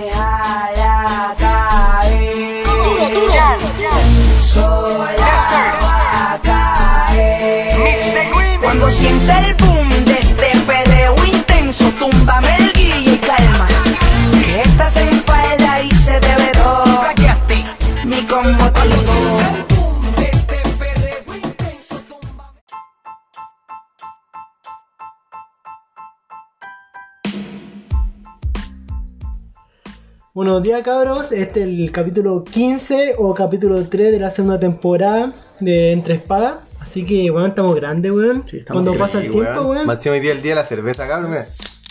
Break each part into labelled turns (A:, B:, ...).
A: Déjala caer. Sola va a caer. Cuando sienta el boom de este perreo intenso, túmbame el guille y calma. Que estás en falda y se te ve todo. Mi combo te lo
B: Buenos días, cabros. Este es el capítulo 15 o capítulo 3 de la segunda temporada de Entre Espadas. Así que, weón, estamos grandes, weón.
C: estamos
B: Cuando pasa el
C: grandes,
B: tiempo, weón.
C: Máximo hoy día el día de la cerveza, cabrón. mira.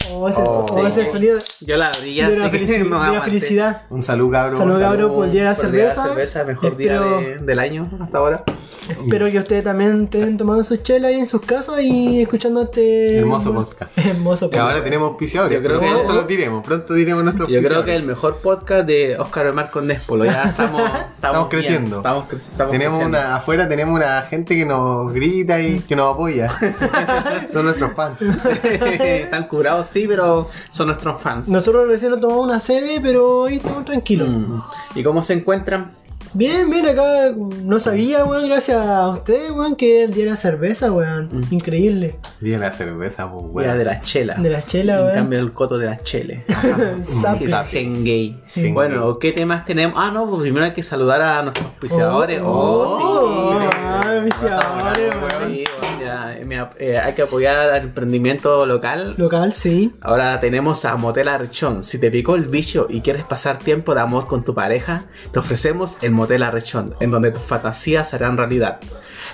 B: O ese,
C: Oh,
B: o ese
C: sí.
B: sonido
D: Yo la abrí ya
B: de la
D: sé que
B: felicidad.
D: no
B: de la
D: aguanté.
B: felicidad.
C: Un saludo, cabrón.
B: Salud,
C: un
B: cabrón, por el día de la
D: Por el día de la
B: cerveza.
D: cerveza, mejor día
B: Espero-
D: de- del año hasta ahora.
B: Espero que ustedes también estén tomando sus chelas ahí en sus casas y escuchando este.
C: Hermoso podcast.
B: Hermoso
C: Que
B: podcast.
C: ahora tenemos auspiciadores.
D: Yo creo
C: pero
D: que-
C: pronto lo diremos, pronto diremos nuestros
D: Yo creo que el
C: auspiciadores.
D: mejor podcast de Oscar Omar con Nespolo. Ya estamos, estamos, bien,
C: creciendo.
D: Estamos, cre- estamos
C: tenemos
D: creciendo.
C: una, afuera tenemos una gente que nos grita y que nos apoya. Son nuestros fans.
D: Están curados, sí, pero son nuestros fans.
B: Nosotros recién nos tomamos una sede, pero hoy estamos tranquilos.
D: Mm. ¿Y cómo se encuentran?
B: Bien, bien, acá no sabía, weón, gracias a ustedes, weón, que el día de la cerveza, weón.
D: Mm.
B: Increíble.
C: Día de la cerveza, pues,
D: Día de
C: weón.
D: las chelas.
B: De las chelas,
D: En
B: weón.
D: cambio, el coto de las chelas.
B: Zape.
D: Gay.
C: Gen
D: Bueno, ¿qué temas tenemos? Ah, no, pues primero hay que saludar a nuestros auspiciadores.
B: Oh,
D: Oh, sí.
B: ah, auspiciadores, weón.
D: Sí, bueno, ya, eh, mira, eh, hay que apoyar al emprendimiento local.
B: Local, sí.
D: Ahora tenemos a Motel Arrechón. Si te picó el bicho y quieres pasar tiempo de amor con tu pareja, te ofrecemos el Motel Arrechón, en donde tus fantasías serán realidad.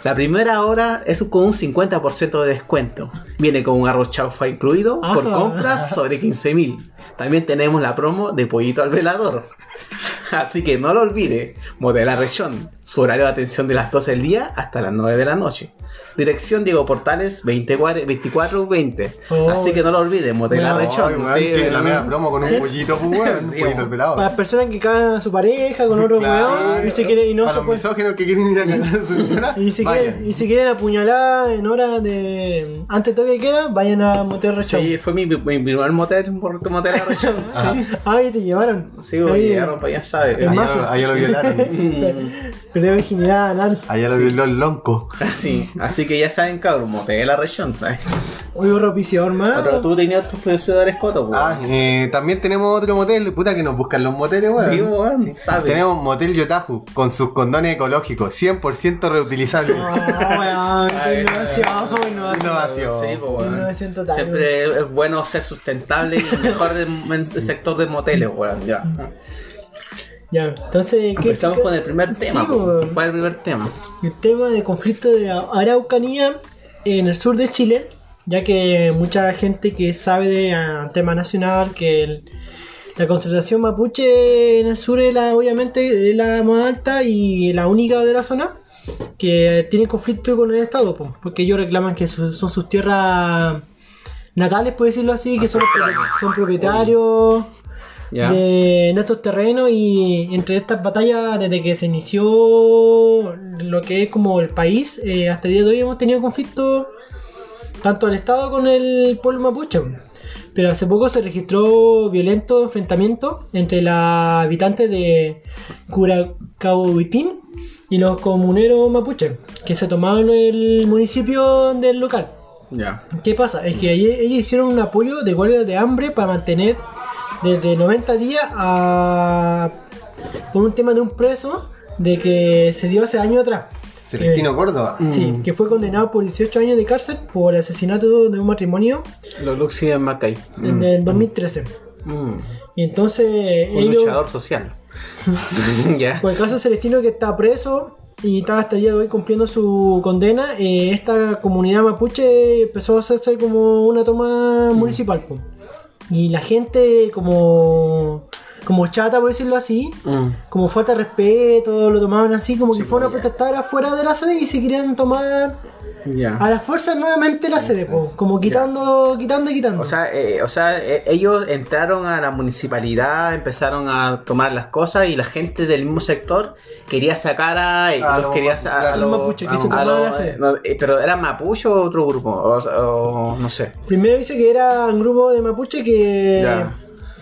D: La primera hora es con un 50% de descuento. Viene con un arroz chaufa incluido por
B: Ajá.
D: compras sobre 15 mil. También tenemos la promo de pollito al velador. Así que no lo olvide, Motel Arrechón, su horario de atención de las 12 del día hasta las 9 de la noche. Dirección Diego Portales 24 2420.
B: Oh.
D: Así que no lo olvide, Motel
B: Bueno,
C: Ay,
D: Arrechón.
C: weón,
D: sí,
C: que la
D: eh,
C: mea promo con un pollito, pues, weón. Un
D: Sí,
C: pollito
D: weón.
C: al pelado.
B: Para las personas que cagan a su pareja con otro
C: Claro.
B: weón y se quieren y no
C: Para
B: se
C: los
B: pueden-
C: misóginos que quieren ir a cagar a su señora,
B: Y si, quieren,
C: vayan.
B: y si quieren apuñalar en hora de. Antes de toque de queda, vayan a Motel Rechón.
D: sí, fue mi, mi primer motel, por- motel Arrechón.
C: Ajá.
D: sí.
B: Ay, Ah, te llevaron.
D: Sí, bueno,
B: Oye,
D: llegaron para allá, ¿sabes?
B: Es
C: Allá
B: magia.
C: lo- allá lo violaron.
B: Perdió virginidad anal.
C: Allá lo violó el lonco.
D: Así, así que ya saben, cabrón, Motel Arrechón. ¿sabes?
B: Hoy otro auspiciador más.
D: Pero tú tenías tus productores cotos, weón.
C: Ah, eh, también tenemos otro motel, puta que nos buscan los moteles, weón.
D: Sí, weón, sabe.
C: Tenemos Motel Yotahu con sus condones ecológicos, 100% reutilizables.
B: No, Ah, weón, qué
D: Ay,
B: innovación, innovación.
C: Innovación.
D: Sí, po, weón.
B: Innovación total,
D: Siempre es bueno ser sustentable y mejor del men- sector de moteles, weón. Ya.
B: Ya, entonces, ¿qué
D: Empezamos con el primer
B: Sí,
D: tema. po.
B: weón.
D: ¿Cuál es el primer tema?
B: el tema de conflicto de la Araucanía en el sur de Chile, ya que mucha gente que sabe de ah, tema nacional, que el- la concentración mapuche en el sur es la, obviamente es la más alta y la única de la zona que tiene conflicto con el Estado, po, porque ellos reclaman que su- son sus tierras natales, por decirlo así, que son, son propietarios
D: Ya.
B: de- en estos terrenos y entre estas batallas desde que se inició lo que es como el país eh, hasta el día de hoy hemos tenido conflictos tanto el Estado con el pueblo mapuche pero hace poco se registró violento enfrentamiento entre la habitantes de Curacahuitín y los comuneros mapuche que se tomaron el municipio del local
D: Ya.
B: ¿Qué pasa? Es que ahí- ellos hicieron un apoyo de huelga de hambre para mantener desde 90 días a... por un tema de un preso de que se dio hace años atrás.
C: Celestino Córdoba.
B: Sí, que fue condenado por 18 años de cárcel por asesinato de un matrimonio
D: Los Luxi en Macay.
B: en
D: Mm.
B: el 2013.
D: Mm.
B: Y entonces
D: Un
B: ellos,
D: luchador social. ya.
B: por el caso de Celestino que está preso y está hasta el día de hoy cumpliendo su condena, eh, esta comunidad mapuche empezó a hacerse
D: Mm.
B: como una toma municipal. po. Y la gente como como chata, por decirlo así,
D: Mm.
B: como falta de respeto, lo tomaban así, como que
C: Sí,
B: fueron a
C: pues, ya.
B: protestar afuera de la sede y se querían tomar
D: Ya.
B: a las fuerzas nuevamente la sede, po, como quitando, quitando y quitando.
D: O sea, eh, o sea eh, ellos entraron a la municipalidad, empezaron a tomar las cosas y la gente del mismo sector quería sacar a, eh,
C: A
D: los
C: los
D: quería
C: mapuches,
D: sa- a,
C: claro.
B: los
D: los
B: mapuches que se
D: a
B: tomaban
D: los-
B: la sede.
D: eh, no, eh, pero eran mapuche o otro grupo, o, o- no sé.
B: Primero dice que era un grupo de mapuche que,
D: Ya. Ah.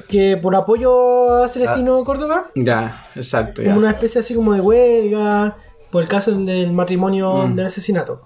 B: que por apoyo a Celestino Córdoba,
D: Ya, exacto. Ya.
B: como una especie así como de huelga, por el caso del matrimonio
D: Mm.
B: del asesinato.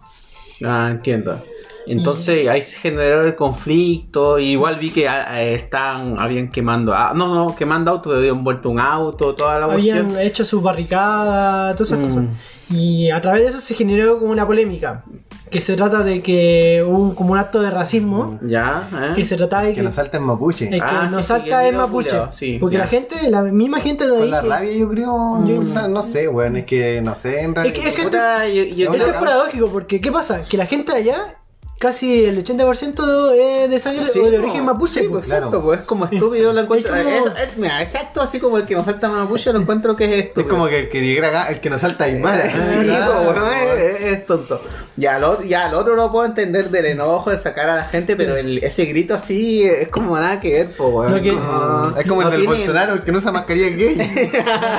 D: Ah, entiendo. Entonces ahí se generó el conflicto. y igual vi que ah, eh, estaban, habían quemando, ah, no, no, quemando autos, habían vuelto un auto, toda la
B: Habían
D: cuestión.
B: hecho sus barricadas, todas esas
D: Ah, Mm.
B: cosas. Y a través de eso se generó como una polémica, que se trata de que hubo un- como un acto de racismo,
D: Ya, ¿eh?
B: que se trataba de
C: Que nos salten mapuche.
B: el que
D: Ah, sí,
B: nos
D: sí,
B: salta
D: que
B: es
D: el video
B: mapuche.
D: culiao, sí,
B: porque
D: ya.
B: la gente, la misma gente de ahí...
C: Con la
B: que-
C: rabia, yo creo.
B: Yo-
C: o sea, no sé, weón. Es que no sé, en
B: Es
C: realidad.
B: que- es que-
D: Puta, yo- yo-
B: Esto es
C: Una causa.
B: paradójico porque ¿qué pasa? Que la gente de allá, casi el 80% es de sangre
D: Sí,
B: o de
D: po.
B: origen mapuche.
D: Sí,
B: po.
D: pues,
C: claro.
D: exacto, pues es como estúpido lo encuentro.
B: Es como-
D: es- es- mira, exacto, así como el que nos salta mapuche lo encuentro que es
C: Es
D: estúpido.
C: como que el que llega acá, el que nos salta Aymara.
D: Sí,
C: Claro,
D: pues, bueno,
C: weón.
D: es, es- es tonto. Ya al, otro, ya al otro no puedo entender del enojo de sacar a la gente, pero el- ese grito así es como nada que ver, po, weón.
B: Lo que-
D: No,
C: es como el
D: no
C: del
D: tiene-
C: Bolsonaro, el que no usa mascarilla es gay.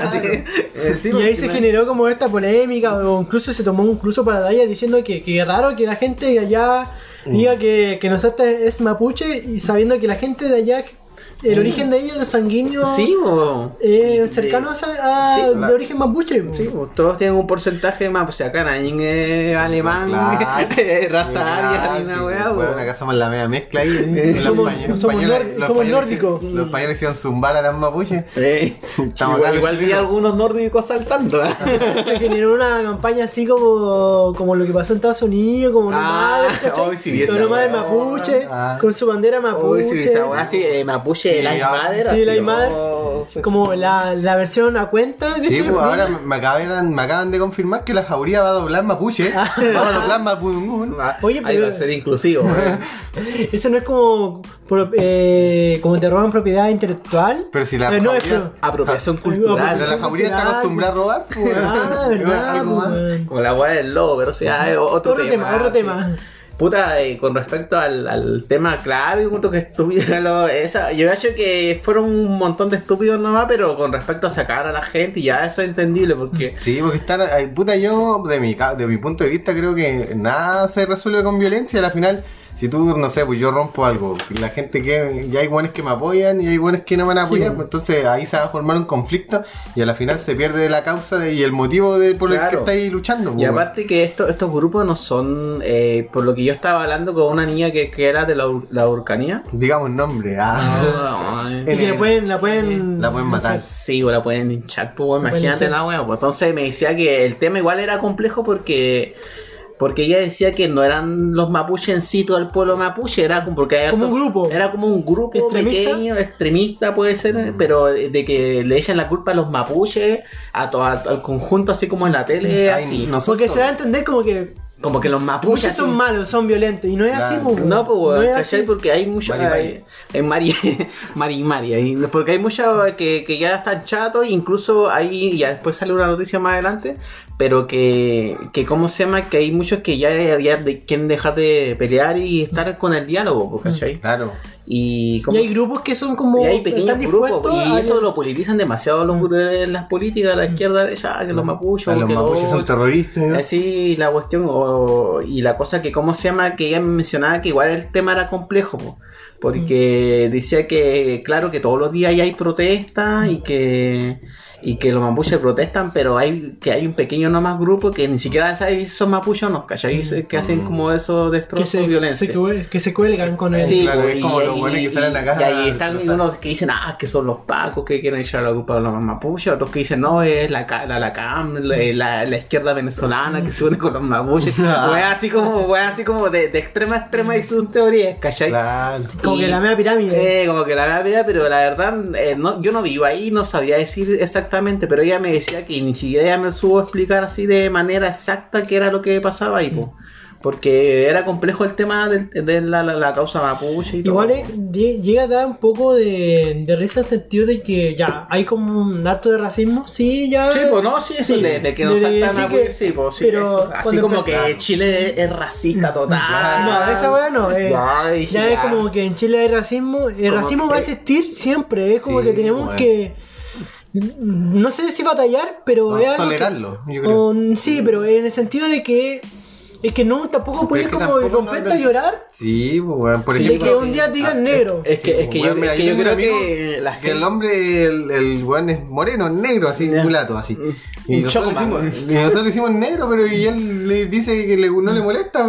D: Así que- eh, sí,
B: y ahí
D: porque
B: se
D: no-
B: generó como esta polémica, o incluso se tomó un cruzo para Daya diciendo que, que raro que la gente de allá
D: Mm.
B: diga que, que Nosata es mapuche y sabiendo que la gente de allá, el origen de ellos es sanguíneo,
D: Sí, po.
B: eh, cercano a, sa- a-
D: Sí,
C: la-
B: de origen mapuche. po.
D: Sí, pues, todos tienen un porcentaje más, pues, o sea, canaín es alemán,
C: Claro.
D: raza aria, ni pues, una weá, po.
C: Bueno, acá somos la media mezcla ahí. en la
B: somos-
C: España.
B: somos
C: Española-
B: nórdicos,
C: los
B: somos
C: españoles
B: nórdicos.
C: hicieron-
D: Mm.
C: Los españoles hicieron zumbar a las mapuches.
D: Eh,
C: Estamos acá
D: igual
C: los
D: igual vi
C: chilenos.
D: algunos nórdicos saltando. ¿eh?
B: Se generó una campaña así como, como lo que pasó en Estados Unidos, como
D: Ah,
B: nomás, ¿cachai?
D: hoy sí vi esa
B: Los nomás de
D: weá.
B: mapuche,
C: Ah.
B: con su bandera mapuche.
D: Uy, sí, esa weá así, eh, mapuche,
C: Sí,
D: el Ice
C: ah,
D: Mother,
B: sí,
D: así,
B: el Ice Mother.
D: oh, sí.
B: Como la, la versión a cuenta.
C: Sí,
B: ¿cachai?
C: pues ahora me me acaban, me acaban de confirmar que la jauría va a doblar mapuche. va a doblar mapungún.
D: Ah,
B: Oye,
D: ahí
B: pero-
D: va a ser inclusivo. eh.
B: Eso no es como, pro- eh, como te roban propiedad intelectual.
C: Pero si la
B: Eh, no, es
C: jauría-
B: pro-
D: Apropiación
C: Pero
D: cultural.
C: la jauría está acostumbrada a robar, pues.
B: Ah, verdad,
C: Algo
B: pues,
C: más.
B: weón.
D: Como la weá del lobo, pero o sea, eh, otro,
B: Otro tema, otro
D: sí.
B: tema.
D: Puta, eh, con respecto al, al tema, claro, yo creo que estúpido. lo- esa, yo hecho que fueron un montón de estúpidos nomás, pero con respecto a sacar a la gente, ya eso es entendible, porque.
C: Sí, porque están. ay, puta, yo, de mi, ca- de mi punto de vista, creo que nada se resuelve con violencia. Al final, si tú, no sé, pues yo rompo algo. y La gente que. Ya hay buenos que me apoyan y hay buenos que no me van a apoyar. pues, entonces ahí se va a formar un conflicto y a la final se pierde la causa de- y el motivo de, por el que
D: Claro.
C: estáis luchando.
D: Y
C: pues,
D: aparte que esto, estos grupos no son, eh, por lo que yo estaba hablando con una niña que, que era de la, ur- la Urcanía.
C: weón. Digamos nombre. Ah.
D: Ay.
B: Y que la pueden, la pueden,
C: La pueden matar.
D: Sí, o la pueden hinchar, pues, weón,
B: La pueden
D: imagínate
B: hinchar.
D: la weá. pues. Entonces me decía que el tema igual era complejo porque porque ella decía que no eran los mapuches en sí, todo el pueblo mapuche, era como, porque hay
B: Como
D: hartos-
B: un grupo.
D: Era como un grupo
B: ¿Extremista? Mm.
D: pequeño, extremista puede ser, pero de que le echan la culpa a los mapuches, a todo al conjunto, así como en la tele,
C: Ay,
D: así.
C: no son
B: Porque se
C: todos.
B: da a entender como que
D: Como que los mapuches
B: muchos son
D: así-
B: malos, son violentos. Y no es
C: Claro.
B: así, pues, weón.
D: No, pues, weón,
B: No es
D: ¿cachai?
B: así.
D: Porque hay mucho.
C: Mari,
D: hay- hay Mari, Mari, Mari, hay- Porque hay muchos que, que ya están chatos, e incluso ahí, ya después sale una noticia más adelante, pero que, que ¿cómo se llama? Que hay muchos que ya, ya de- quieren dejar de pelear y estar con el diálogo, pues, ¿cachai?
C: Claro.
B: Mm.
D: Y,
B: Y
D: ¿cómo
B: hay grupos que son como.
D: y hay
B: están
D: pequeños
B: dispuestos
D: grupos y
B: a- Mm.
D: eso lo politizan demasiado los, eh, las políticas, la izquierda, derecha, que los mapuches,
C: Ah, los
D: que
C: mapuches son
D: los-
C: terroristas. ¿no?
D: Así la cuestión, o- y la cosa que, ¿cómo se llama? Que ella mencionaba que igual el tema era complejo, po,
B: Mm.
D: porque decía que, claro, que todos los días ya hay protestas
B: Mm.
D: y que, y que los mapuches protestan, pero hay que hay un pequeño nomás grupo que ni siquiera sabe si son mapuches o no, ¿cachai? Se- Que hacen como esos
B: Mm. que
D: destrozos
B: se,
D: violencia.
B: se cuel- que se cuelgan con el.
D: Sí,
C: Claro,
D: pues,
C: es
D: y,
C: como los
D: ahí-
C: buenos que salen
D: y-
C: acá
D: y ahí
C: a-
D: están
C: a-
D: unos que dicen, ah, que son los pacos que quieren echar la culpa a los mapuches, otros que dicen, no, es la ca- la, la CAM, la, eh, la- la izquierda venezolana que se une con los mapuches.
C: Ah.
D: Weá, así como, weá, así como de, de extrema a extrema y sus teorías, ¿cachai?
C: Claro.
B: Como
D: Y-
B: que la media pirámide.
D: Eh, como que la verdad, mira, pero la verdad, eh, no, yo no vivo ahí, no sabía decir exactamente, pero ella me decía que ni siquiera ella me supo explicar así de manera exacta qué era lo que pasaba ahí, po. Porque era complejo el tema del- de, la, la- la causa mapuche y todo.
B: Igual es- lle- llega a dar un poco de, de risa en el sentido de que ya hay como un acto de racismo, sí, ya.
D: Sí, pues no, sí, eso
B: Sí,
D: de, de que
B: de-
D: nos
B: de
D: saltan a
B: decir que-
D: sí, pues sí,
B: pero
D: eso. Así
B: cuando
D: como
B: empezó- Mm,
D: que Chile es, es racista total.
B: No, esa weá no. eh,
D: Ya, dije,
B: ya es
D: ya.
B: como que en Chile hay racismo. El
D: Como
B: racismo va a
D: que-
B: existir siempre. Es como
C: Sí, pues,
B: que tenemos
C: bueno.
B: que. No sé si batallar, pero
C: No,
B: es algo que-
C: tolerarlo, yo creo.
B: Um, sí, pero en el sentido de que. Es que no, tampoco
C: Pero
B: puedes
C: es que
B: como
C: tampoco no
B: romperte a
C: es de-
B: llorar
C: Sí, pues, weón, por
B: de
C: ejemplo. ah,
B: que un día digan negro.
D: Es que, es que yo,
C: Weón, mira,
D: es que yo
C: tengo
D: creo
C: un amigo
D: que la
C: el
D: gente.
C: hombre, el, el weón es moreno, negro, así,
D: Ya.
C: mulato, así. Y
D: Un
C: nosotros,
D: chocoman.
C: le hicimos, y nosotros le hicimos negro, pero y él le dice que le- no le molesta.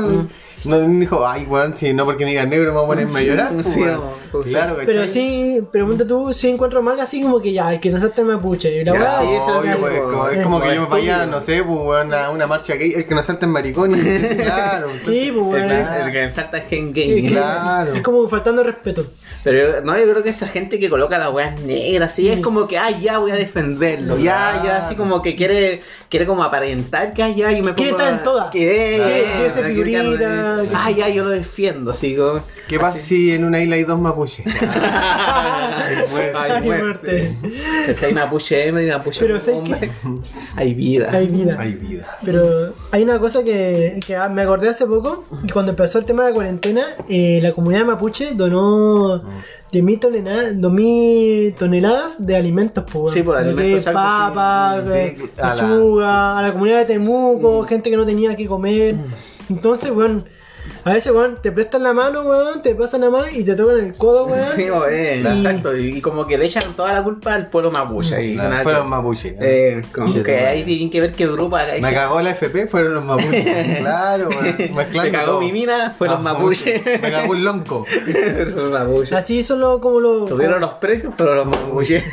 C: No, dijo, ay, weón, si no porque me digan negro me voy a ponerme a llorar. pues,
D: Mm. Sí,
C: weón.
D: pues, sí.
C: claro,
B: Pero
C: ¿cachai?
B: sí, pregunta tú, si encuentro mal así como que ya, el que no salta el mapuche. Y la
C: Ya,
B: weá,
C: sí,
D: es
C: eso
D: obvio,
C: es,
D: pues,
C: como-
D: como-
C: es como que yo me
D: como
C: vaya,
D: estudio.
C: no sé, pues, weón, a una marcha gay, el que no salta en maricón. y- sí, claro,
B: Sí, pues,
D: El,
B: weón.
D: que- el que salta es Gen
B: es
D: Game.
B: que-
C: claro.
B: Es como faltando el respeto.
D: Pero yo- no, yo creo que esa gente que coloca las weas negras, sí, es como que, ay, ya voy a defenderlo. Ya, ya, así como que quiere, quiere como aparentar que, ay, ya, yo me
B: Quiere
D: pongo
B: estar
D: la-
B: en todas.
D: Que,
B: Quiere-
D: eh,
B: quiere ser
D: que- que-
B: figurita, que-
D: Ay, ya, yo lo defiendo, así como.
C: ¿Qué pasa si en una isla hay dos mapuches?
D: ay, muerte.
B: Ay, muerte.
D: Si hay mapuche hembra y mapuche
B: Pero sé
D: hombre,
B: que-
D: hay vida.
B: Hay vida.
C: vida.
B: Pero hay una cosa que, que me acordé hace poco, que cuando empezó el tema de la cuarentena, eh, la comunidad mapuche donó 10.000 toneladas, 2000 toneladas de alimentos, pues,
D: Sí, pues,
B: de
D: alimentos, exacto,
B: papas,
C: sí.
B: eh,
C: Sí, a la-
B: lechuga, a la comunidad de Temuco, gente que no tenía que comer. Entonces, weón, a veces, weón, te prestan la mano, weón, te pasan la mano y te tocan el codo, weón.
D: Sí, o, eh,
B: Y-
D: exacto. Y, y como que le echan toda la culpa al pueblo mapuche. ahí, nada que-
C: Fueron mapuches.
D: Eh, como
C: Sí,
D: que
C: sí,
D: ahí
C: sí.
D: tienen que ver qué grupo hay.
C: Me cagó la FP, fueron los mapuches. Claro, weón, mezclando
D: Me cagó
C: todo.
D: mi mina, fueron
C: Ah,
D: mapuches.
C: Me cagó un lonco.
D: Los mapuches.
B: Así son los, como los...
D: Subieron los precios, pero los mapuches.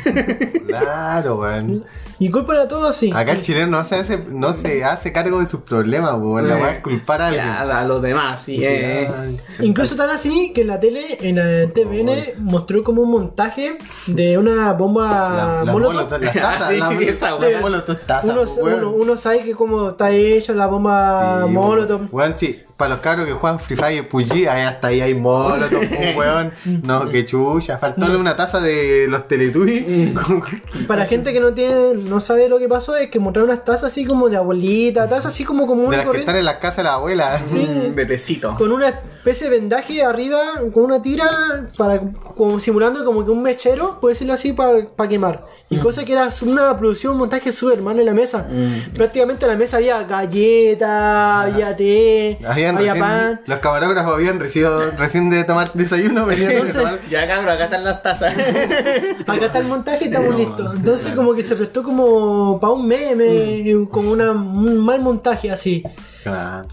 C: Claro, weón.
B: Y culpan a todos, sí.
C: Acá el chileno no se hace, no se hace cargo de sus problemas, weón. La
D: Eh,
C: voy a culpar a alguien.
D: Ya, a los demás, sí. eh.
C: Ay,
B: Incluso tan así que en la tele, en la TVN, mostró como un montaje de una bomba
C: la- Las
B: molotov.
C: molotov, las tazas,
D: Ah, sí,
C: las-
D: sí, esa
C: las
D: weá.
C: molotov tazas,
B: Uno,
C: weón.
B: uno, uno sabe que como está hecha la bomba
C: Sí,
B: molotov.
C: weón. Weón, sí, para los cabros que juegan Free Fire y PUBG, ahí hasta ahí hay molotov, un weón. No, que chucha. Faltóle una taza de los Teletubbies. con-
B: Para gente que no tiene, no sabe lo que pasó, es que mostraron unas tazas así como de abuelita, tazas así como como
C: de
B: una
C: las que están
B: corriente.
C: en las casas de la abuela.
B: Sí.
D: Un betecito.
B: Con una especie de vendaje arriba, con una tira, para como simulando como que un mechero, puede decirlo así, para quemar.
C: Mm.
B: Y cosa que era una producción, un montaje súper hermano en la mesa.
C: Mm.
B: Prácticamente en la mesa había galletas, había té,
C: Ah. Habían
B: había
C: recién-
B: pan.
C: Los camarógrafos habían recibido, recién de tomar desayuno, venían de
B: Entonces-
C: tomar
D: Ya, cabrón, acá están las tazas.
B: Acá está el montaje y estamos
C: No, Mm.
B: listos. Entonces como que se prestó como para un meme, como una, un mal montaje así.
C: Claro.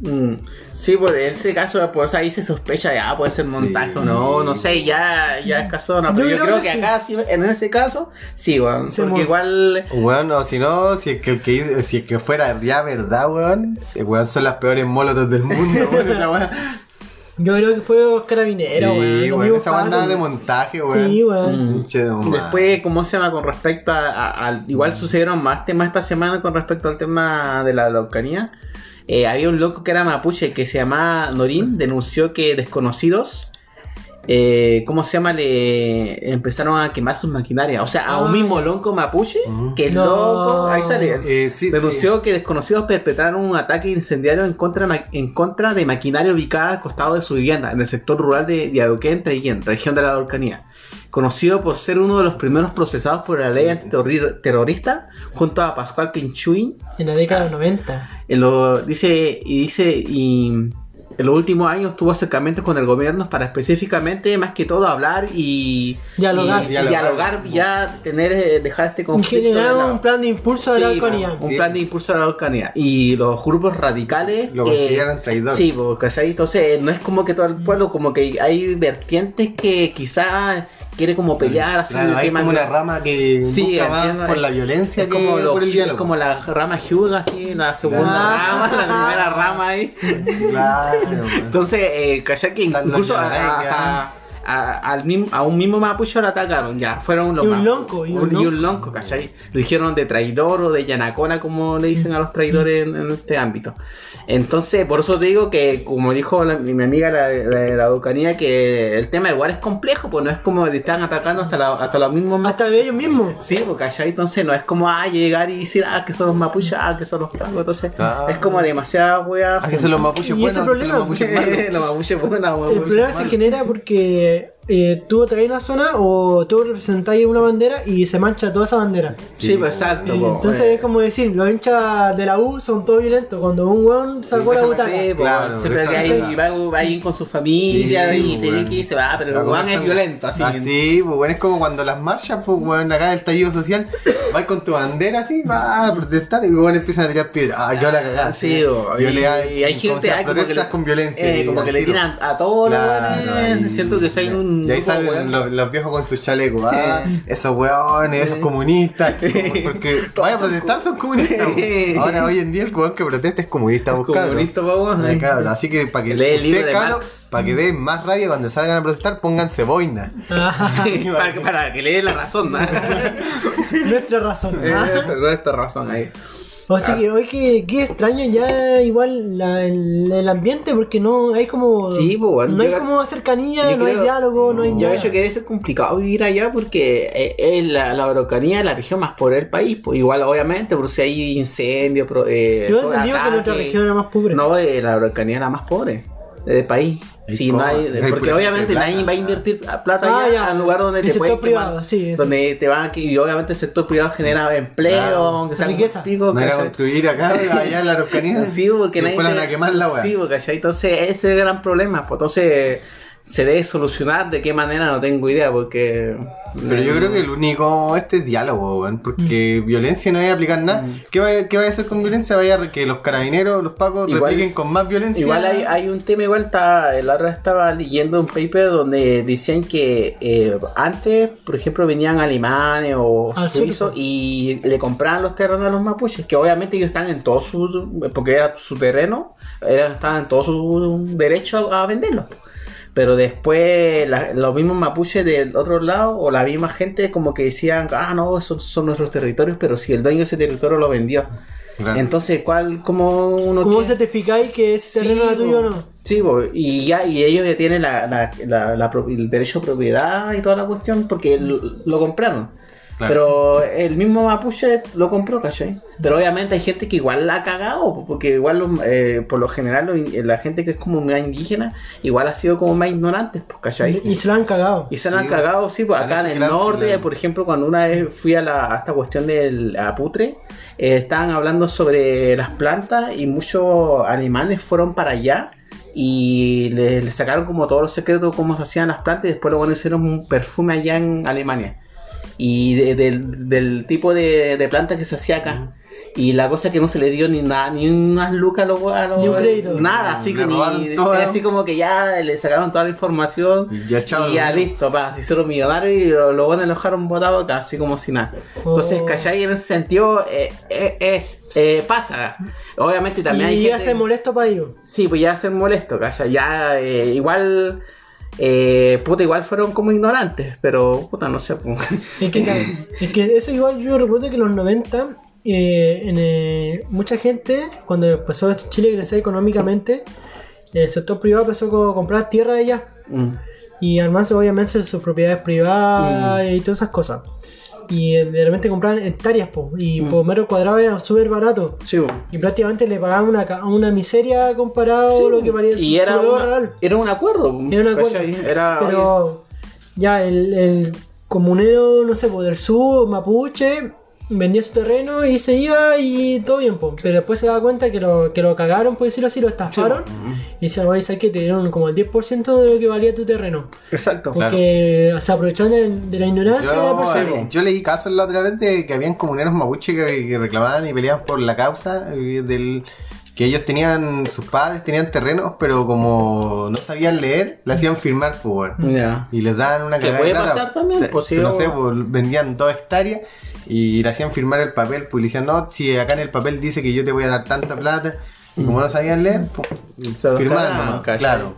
D: Mm, Sí, pues en ese caso, pues ahí se sospecha ya, puede ser montaje o no, no sé, ya, ya es caso, no, pero yo, creo que,
B: sí.
D: acá, sí, en ese caso, sí, weón,
B: Se
D: porque
B: mo-
D: igual,
C: Weón, o si no, si es que, el que hizo- si es que fuera ya verdad, weón, eh, weón son las peores molotos del mundo, weón, esa weón.
B: Yo creo que fue los
C: Sí,
B: carabineros, weón, los
C: weón,
B: mismos
C: esa weón andaba
B: pacos.
C: de montaje, weón.
B: Sí, weón.
D: Mm.
C: Che, no, Oh, man.
D: después, ¿cómo se llama con respecto a, a- al- igual sucedieron más temas esta semana con respecto al tema de la Araucanía? Eh, había un loco que era mapuche que se llamaba Norín, denunció que desconocidos, eh, ¿cómo se llama? Le empezaron a quemar sus maquinarias, o sea, a un
B: Ay.
D: mismo lonco mapuche,
C: Mm.
D: que el
B: Ah. No.
D: loco, ahí sale,
C: Eh, sí,
D: denunció que desconocidos perpetraron un ataque incendiario en contra, ma- en contra de maquinaria ubicada al costado de su vivienda en el sector rural de, de Adoquén, Traiguén, región de la Araucanía. Conocido por ser uno de los primeros procesados por la ley antiterrorri- terrorista junto a Pascual Pinchuy,
B: En la década de los 90.
C: Ah,
D: en lo, dice, y dice, y en los últimos años tuvo acercamientos con el gobierno para específicamente, más que todo, hablar y
B: Dialogar.
D: y- y dialogar, ya tener, eh, dejar este conflicto. de
B: Generar
D: lado.
B: un plan de impulso de
D: Sí,
B: la Araucanía.
D: Un
C: Sí.
D: plan de impulso a la Araucanía. Y los grupos radicales.
C: Lo
D: eh,
C: consideran traidor.
D: Sí, pues, ¿cachai? Entonces, no es como que todo el pueblo, como que hay vertientes que quizá quiere como pelear, así
C: Claro,
D: un
C: hay
D: tema-
C: como una rama que
D: Sí,
C: busca más
D: entiendo,
C: por
D: es-
C: la violencia
D: es como,
C: que
D: los-
C: por el
D: es
C: diálogo.
D: como la rama Hyuga, así, la segunda
C: Claro.
D: rama, la primera rama ahí.
C: Claro, weón.
D: Entonces, eh, ¿cachai? Que
C: Están los
D: incluso a-
C: Yaranga.
D: a- a- a, al mim- a un mismo mapuche lo atacaron, ya, fueron los
B: Y un
D: mapu-
B: lonco, y un
D: y
B: lonco.
D: un lonco, ¿cachai? Lo dijeron de traidor o de yanacona, como le dicen a los traidores en, en este ámbito. Entonces, por eso te digo que, como dijo la- mi mi amiga la, la, la Araucanía, que el tema igual es complejo, pues no es como te están atacando hasta, la- hasta los mismos
B: Hasta de ellos mismos.
D: Sí, porque allá entonces no es como ah, llegar y decir ah, que son los mapuches, ah, que son los pagos, entonces
C: Ah.
D: es como demasiada wea.
C: Ah, que son los mapuches
B: Y ese
C: buenos, que son
B: problema,
C: los mapuches malos.
D: los mapuches buenos, los
B: El
D: mapuches
B: problema se
D: malos.
B: genera porque eh, tú traes una zona o tú representáis una bandera y se mancha toda esa bandera.
D: Sí,
C: Sí,
D: pues,
C: po.
D: exacto.
B: Eh,
D: po,
B: entonces
D: eh.
B: es como decir, los hinchas de la U son todos violentos. Cuando un weón sacó la
C: déjame
B: butaca.
D: Sí, po,
C: Claro,
D: siempre que
C: déjame
D: hay,
C: hablar.
D: va, va alguien con su familia
C: Sí, pues,
D: y te
C: weón.
D: ve que se va, pero el Juan es violento, así.
C: Así, pues bueno, es como cuando las marchas, pues bueno, acá del estallido social, vas con tu bandera así, vas a protestar y bueno, empiezan a tirar piedras. Ah, yo la cagada.
D: Sí, po, y, y hay gente ah, como que
C: protestas
D: le-
C: con violencia.
D: eh,
C: y
D: como
C: al
D: que le
C: tiro.
D: tiran a todos los
C: Claro,
D: weones.
C: ahí-
D: Siento que si hay un.
C: Y ahí
D: grupo,
C: salen
D: weón,
C: los, los viejos con sus chalecos, ah, esos weones, esos
D: Sí.
C: comunistas. como- Porque vaya a
D: son
C: protestar,
D: co-
C: son comunistas.
D: Sí.
C: po. Ahora, hoy en día, el weón que protesta es comunista, buscado.
D: comunistas, po, weón, ahí.
C: Claro, así que para que,
D: Lee el libro de
C: cabros,
D: Marx.
C: para que den más rabia cuando salgan a protestar, pónganse boina.
B: Ajá,
D: para, que- para que le dé la razón, ¿no?
C: Eh,
B: nuestra razón. Ajá.
D: Eh, Con esta razón ahí.
B: O sea que hoy que, que extraño ya igual la- el, el ambiente porque no hay como
D: Sí, po, bueno,
B: no hay
D: yo-
B: como cercanía,
D: yo
B: no hay
D: creo-
B: diálogo, no hay
D: Yo
B: nada.
D: he hecho que debe ser complicado vivir allá porque eh, es la, la Araucanía es la región más pobre del país. Pues igual, obviamente, por si hay incendios. pro- Eh,
B: Yo he
D: todo
B: entendido que
D: ataque.
B: nuestra región era más pobre.
D: No, eh, la Araucanía es la más pobre del país.
C: Hay
D: Sí, no
C: todo.
D: hay-
C: Hay
D: porque
C: pura
D: obviamente
C: gente
D: nadie
C: blanca.
D: va a invertir plata
B: Ah,
D: allá
B: ya.
D: en un lugar donde
B: El
D: te
B: sector
D: pueden quemar,
B: privado, sí, eso.
D: donde te van a y obviamente el sector privado genera empleo,
C: Claro.
D: aunque sea como
B: Riqueza.
D: el pico,
C: No era
D: ¿cachai?
C: construir acá, allá en la Araucanía.
D: Oh, Sí, porque
C: después
D: nadie
C: van
D: te-
C: a quemar la weá.
D: Sí, porque ¿cachai? entonces ese es el gran problema. Pues entonces se debe solucionar de qué manera no tengo idea porque
C: Pero yo creo que el único este es diálogo, weón, porque
D: Mm.
C: violencia no vaya a aplicar nada. ¿Qué, vaya, ¿Qué vaya a hacer con violencia? Vaya a re- que los carabineros, los pacos
D: Igual-
C: repliquen con más violencia.
D: Igual hay, hay un tema, igual está, el otro estaba leyendo un paper donde decían que eh, antes, por ejemplo, venían alemanes o
B: Ah, sí,
D: suizos
B: pues.
D: y le compraban los terrenos a los mapuches, que obviamente ellos están en todo su, porque era su terreno, era- estaban en todo su derecho a, a venderlo. Pero después la- los mismos mapuches del otro lado o la misma gente como que decían, ah, no, esos son nuestros territorios, pero si el dueño de ese territorio lo vendió.
C: Claro.
D: Entonces, ¿cuál, cómo uno...
B: ¿Cómo
D: tiene-
B: certificáis que ese terreno
D: Sí, pues.
B: era tuyo o
D: bo.
B: no?
D: Sí, bo, y ya y ellos ya tienen la, la- la- la pro- el derecho de propiedad y toda la cuestión porque lo, lo compraron.
C: Claro.
D: Pero el mismo Mapuche lo compró, ¿cachai? Pero obviamente hay gente que igual la ha cagado, po, porque igual los, eh, por lo general los in- la gente que es como más indígena, igual ha sido como más ignorante, pues, ¿cachai?
B: Y se lo han cagado.
D: Y se la han
C: Sí,
D: cagado, sí, pues
C: han
D: acá en
C: hecho
D: el
C: gran-
D: norte,
C: gran-
D: por ejemplo, cuando una vez fui a, la, a esta cuestión del a Putre, eh, estaban hablando sobre las plantas y muchos alemanes fueron para allá y le, le sacaron como todos los secretos cómo se hacían las plantas y después luego hicieron un perfume allá en Alemania y de- del, del tipo de, de planta que se hacía acá. Y la cosa es que no se le dio ni nada, ni unas lucas a los a los-
B: Ni un crédito.
D: Nada, así
C: Ah, Le
D: que ni-
C: robaron todo.
D: así como que ya le sacaron toda la información.
C: Y ya, chao,
D: Y ya
C: ¿no?
D: listo, pa, se hicieron millonarios y lo- los buenos lo dejaron botado casi como si nada. Entonces,
B: Oh.
D: ¿cachai? En ese sentido, eh, eh, es, eh, pasa. Obviamente también hay
B: y ya
D: gente...
B: se molesto para ellos.
D: Sí, pues ya se molesto, ¿cachai? Ya eh, igual... eh, puta, igual fueron como ignorantes, pero puta, no sé. pues.
B: Es que, es que eso igual yo recuerdo que en los 90 eh, en, eh, mucha gente cuando empezó esto en Chile a crecer económicamente el sector privado empezó a comprar tierra de allá
D: Mm.
B: y además obviamente sus propiedades privadas
D: Mm.
B: y todas esas cosas y eh, de repente compraban hectáreas po, y
D: Mm.
B: por metro cuadrado era súper barato
D: Sí, pues.
B: y prácticamente le pagaban una, ca- una miseria comparado a lo que valía
D: y
B: su- su
D: era,
B: valor
D: una-
B: real.
D: era un acuerdo.
B: Era una cosa.
D: ¿cachai? Era-
B: Pero ya el, el comunero, no sé, po, del sur, mapuche, vendía su terreno y se iba y todo bien, po. Pero después se daba cuenta que lo, que lo cagaron, por decirlo así, lo estafaron. Y se oye, ¿sabes que Te dieron como el 10% de lo que valía tu terreno.
D: Exacto.
B: Porque se aprovecharon de, de la ignorancia de la persona.
C: Yo, yo leí casos la otra vez de que habían comuneros mapuche que, que reclamaban y peleaban por la causa eh, del que ellos tenían, sus padres tenían terrenos, pero como no sabían leer, le hacían firmar pues, fútbol.
D: Ya.
C: Y les daban una
D: Que
C: cagada. de
D: puede
C: plata.
D: pasar también,
C: Te-
D: pues, sí, o-
C: no sé, pues, vendían dos hectáreas y le hacían firmar el papel. Pues le decían, no, si acá en el papel dice que yo te voy a dar tanta plata. Y como no sabían leer, pues,
D: Se los
C: firmaban
D: cagaban,
C: nomás,
D: ¿cachai?
C: claro.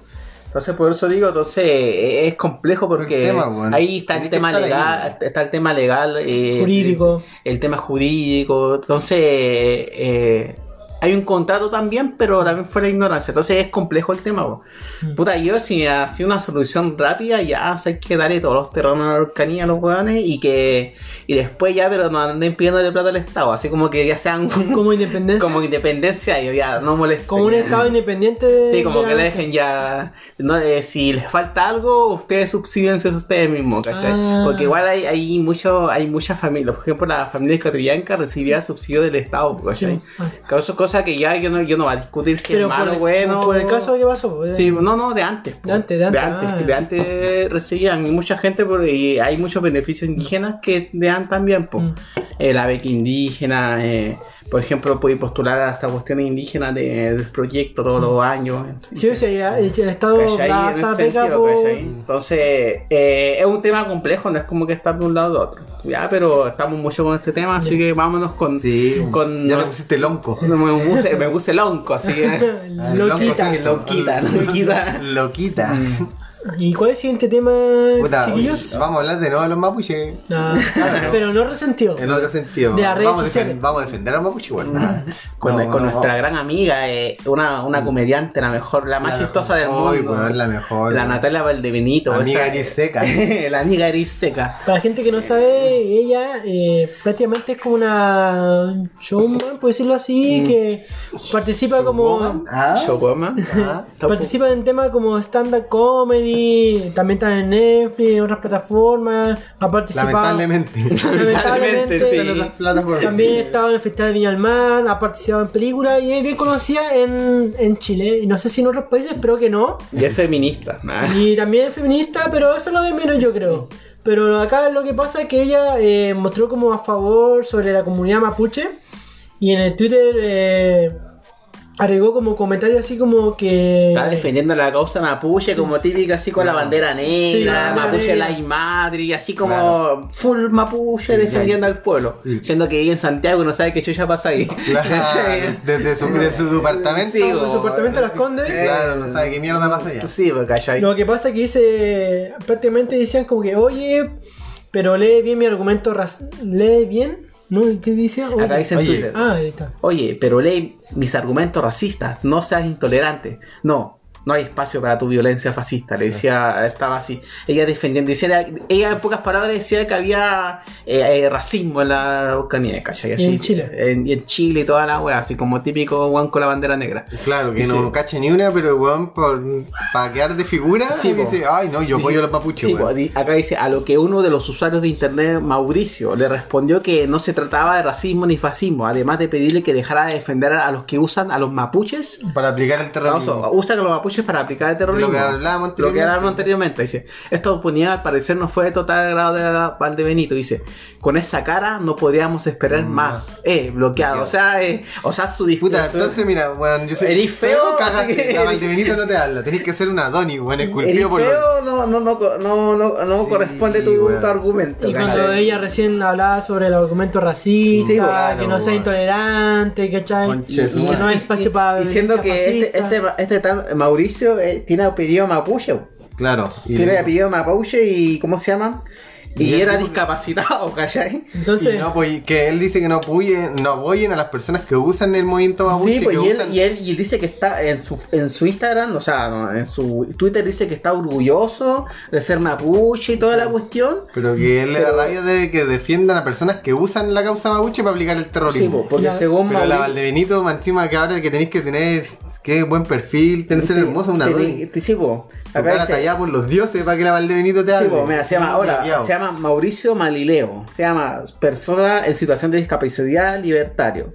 D: Entonces, por eso digo, entonces eh, es complejo porque
C: El tema, bueno.
D: ahí está
C: Tenés
D: el tema
C: que estar
D: legal,
C: ahí,
D: está el tema legal, eh,
B: Jurídico.
D: el, el tema jurídico. Entonces, eh, hay un contrato también, pero también fue la ignorancia. Entonces, es complejo el tema. po.
B: Mm.
D: Puta, yo si me hacía una solución rápida, ya sé que darle todos los terrenos a la Araucanía a los hueones y que y después ya, pero no anden pidiéndole plata al Estado, así como que ya sean
B: Como independencia. Como,
D: eh, como independencia y ya no molesten.
B: un estado independiente. de-
D: Sí, como
B: de
D: que
B: la
D: le
B: nación.
D: dejen ya. no, eh, si les falta algo, ustedes subsídense ustedes mismos, ¿cachai?
B: Ah.
D: Porque igual hay, hay, mucho, hay muchas familias. Por ejemplo, la familia ecuatoriana recibía subsidio del Estado, ¿cachai?
B: Sí, ah.
D: Cosa, cosa que ya yo no, yo no voy a discutir si
B: Pero
D: es malo
B: por, el-
D: bueno.
B: por el caso que pasó. pues,
D: Sí, no, no, de antes. po.
B: De antes, de antes, ah.
D: que de antes recibían mucha gente por- y hay muchos beneficios indígenas que de antes también, po.
B: Mm.
D: Eh, la beca indígena, eh, por ejemplo, pude postular hasta cuestiones indígenas de- del proyecto todos los años.
B: Mm. Sí, o sea, ya, el Estado
D: ¿Cachai?
B: da
D: En
B: harta
D: ese
B: pega
D: sentido,
B: por-
D: ¿cachai? Entonces, eh, es un tema complejo, no es como que estar de un lado de otro. Ya, pero estamos mucho con este tema, así que vámonos con.
C: Sí,
D: con
C: ya te pusiste lonco.
D: no, me, puse, me puse lonco, así que.
C: Ah, el lonco
B: Loquita.
C: se hizo.
D: Loquita, loquita. Mm.
C: Loquita.
B: ¿Y cuál es el siguiente tema,
C: Puta,
B: chiquillos?
C: vamos a hablar de nuevo de los mapuches.
B: Ah, Pero no resentido.
C: En otro sentido.
B: De las redes
C: vamos, a
B: sociales.
C: defen- vamos a defender a los mapuches igual. nada.
D: Mm. Con,
C: No,
D: con
C: no, Mm.
D: nuestra gran amiga, eh, una, una comediante, la mejor, la más
C: La
D: chistosa del
C: mejor,
D: mundo.
C: weón, la mejor,
D: La
C: weón.
D: Natalia Valdebenito.
C: Amiga
D: esa-
C: Aries Seca.
D: la amiga Ariseca.
B: Para la gente que no sabe, ella eh, prácticamente es como una showman, por decirlo así, que participa como...
C: Woman. Ah,
D: Chocoma.
C: ah.
B: Participa en temas como stand-up comedy, también está en Netflix, en otras plataformas, ha participado...
C: Lamentablemente.
B: Lamentablemente,
D: Lamentablemente,
C: En otras plataformas.
B: También ha estado en el Festival de Viña del Mar, ha participado en películas y es bien conocida en, en Chile. Y no sé si en otros países, pero que no.
D: Y es feminista. nah.
B: Y también es feminista, pero eso es lo de menos, yo creo. Pero acá lo que pasa es que ella eh, mostró como a favor sobre la comunidad mapuche y en el Twitter eh, agregó como comentario así como que.
D: Está defendiendo la causa mapuche como típica, así con la
C: Claro.
D: bandera negra,
B: Sí, la bandera
D: mapuche
B: negra.
D: la madre, así como
C: Claro.
D: full mapuche
C: Sí,
D: defendiendo
C: ya.
D: al pueblo.
C: Sí.
D: Siendo que ahí en Santiago no sabe qué chucha pasa ahí.
C: Claro, desde su, de su departamento.
D: Sí,
B: Por su apartamento Las Condes.
C: Claro, no sabe qué mierda pasa allá.
D: Sí, pues, porque allá hay-
B: Lo que pasa es que dice, prácticamente decían como que, oye, pero lee bien mi argumento, raz- lee bien, ¿no? ¿Qué dice? Oye.
D: Acá dice en
C: Oye.
D: Twitter.
B: Ah, ahí está.
D: Oye, pero lee mis argumentos racistas, no seas intolerante. No, no hay espacio para tu violencia fascista. Le decía, estaba así. Ella defendiendo, decía, ella en pocas palabras decía que había eh, eh, racismo en la Araucanía, ¿cachai? eh,
B: Y en Chile.
D: en- y en Chile y toda la wea, así como típico guan con la bandera negra.
C: Claro, que
D: Sí.
C: no cache ni una, pero el weón, para quedar de figura,
D: Sí, po.
C: dice, ay no, yo apoyo a los mapuches,
D: Sí,
C: weón".
D: pues, di- acá dice, a lo que uno de los usuarios de internet, Mauricio, le respondió que no se trataba de racismo ni fascismo, además de pedirle que dejara de defender a los que usan a los mapuches
C: Para aplicar el terrorismo.
D: Usa usan a los mapuches para aplicar el terrorismo.
C: De lo que hablábamos
D: Lo que
C: anteriormente.
D: hablábamos anteriormente, Dice, esta oportunidad al parecer no fue de total grado de la Valdebenito. Dice, con esa cara no podíamos esperar
C: Mm.
D: más. Eh, bloqueado. O sea, eh, o sea, su
C: Puta,
D: disputa.
C: entonces mira, weón, yo soy.
D: Eres feo,
C: solo cagaste,
D: así que-
C: La Valdebenito no te habla, tenés que ser una Donny, weón, esculpido pues, por los.
D: feo no, no, no, no, no, no
C: Sí,
D: corresponde tu,
C: weón.
D: tu argumento.
B: Y
D: ¿cachai?
B: cuando ella recién hablaba sobre el argumento racista,
D: Sí,
C: claro,
B: que no sea
C: bueno.
B: intolerante, ¿cachai?
C: Conche su
B: y que no hay
C: madre.
B: espacio para
D: Diciendo que
B: violencia
D: este,
B: fascista.
D: este, este tal Mauricio eh, tiene apellido mapuche.
C: Claro. y-
D: Tiene apellido mapuche y ¿cómo se llama? Y,
C: Y el
D: era
C: tipo-
D: discapacitado, ¿cachai?
B: Entonces,
C: y no apoy- que él dice que no apoyen, no apoyen a las personas que usan el movimiento mapuche.
D: Sí, pues
C: que
D: y
C: usan-
D: él, y él y dice que está en su, en su Instagram, o sea, no, en su Twitter dice que está orgulloso de ser mapuche y toda la cuestión.
C: Pero que él le
D: Pero-
C: da rabia de que defiendan a personas que usan la causa mapuche para aplicar el
D: Sí,
C: terrorismo.
D: po, porque
B: Ya.
D: según
C: Pero la
D: Mauri-
C: Valdebenito, más encima que ahora que tenéis que tener, qué buen perfil, tener que ser
D: te-
C: hermosa, una
D: te-
C: Donny.
D: te- Sí, po.
C: Tu
D: Acá
C: cara
D: dice-
C: tallada por los dioses para que la Valdebenito te
D: Sí,
C: hable.
D: po, mira, se llama, ahora,
C: Bloqueado.
D: se llama Mauricio Malileo, se llama persona en situación de discapacidad libertario.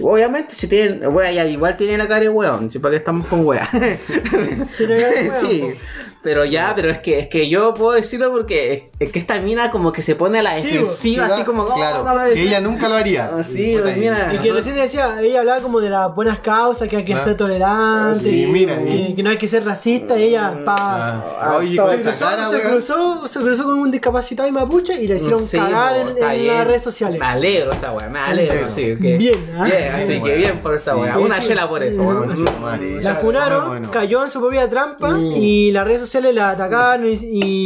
D: Obviamente, si tienen, wea, ya igual tienen la cara de weón, si para qué estamos con wea.
B: tiene que haber huevo,
D: sí,
B: po.
D: Pero ya, pero es que es que yo puedo decirlo porque es, es que esta mina como que se pone a la
B: Sí,
D: defensiva,
C: Sí,
D: así como "Oh,
C: claro,
D: no lo
C: que
D: decía".
C: ella nunca lo haría.
D: Ah, sí,
C: Puta,
D: pues, mira.
B: Y que recién decía, ella hablaba como de las buenas causas, que hay que
C: Ah.
B: ser tolerante,
C: Sí, mira,
B: que,
C: y-
B: que no hay que ser racista, y
D: Mm.
B: ella pa,
C: Ah, oye,
D: Ah,
C: con
B: se,
C: esa
B: cruzó,
C: cara,
B: se
C: weón.
B: cruzó, se cruzó con un discapacitado y mapuche y le hicieron
D: Sí,
B: cagar
D: po,
B: en,
D: está
B: en
D: bien.
B: las redes sociales.
D: Me alegro esa weá, me alegro.
C: Bien.
D: Sí, que,
B: Bien, ¿ah?
C: Sí,
D: así que
C: weón.
D: bien por esa
C: Sí.
D: weá. Una
B: Sí, sí.
D: chela por eso, weón.
C: Sí, madre,
B: La
C: Oh, ya,
B: funaron,
C: bueno.
B: cayó en su propia trampa
D: Mm.
B: y las redes sociales la atacaron y,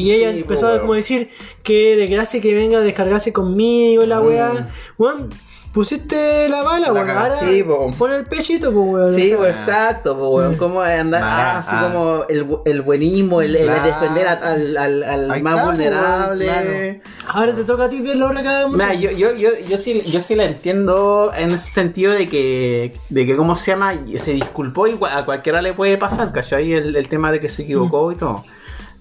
B: y ella
D: Sí,
B: empezó
D: po,
B: a como
D: weón.
B: decir que desgracia que venga a descargarse conmigo
D: Mm.
B: la weá. Weón, pusiste la bala,
C: La
B: weón.
C: cagaste,
B: Ahora
D: sí, po.
B: pon el pechito, po, weón.
D: Sí,
B: O sea,
D: pues exacto, pues weón, cómo andar
C: Ah,
D: ah, así
C: ah.
D: como el, bu- el buenismo, el, el
C: Claro.
D: defender a- al, al, al
C: Ahí
D: más
C: está, pues, weón,
D: vulnerable.
C: claro.
B: Ahora te toca a ti verlo ahora cada
D: Mira, yo, yo, yo, yo, sí, yo sí la entiendo en ese sentido de que, de que ¿cómo se llama? Se disculpó y a cualquiera le puede pasar, ¿cachai? El, el tema de que se equivocó y todo.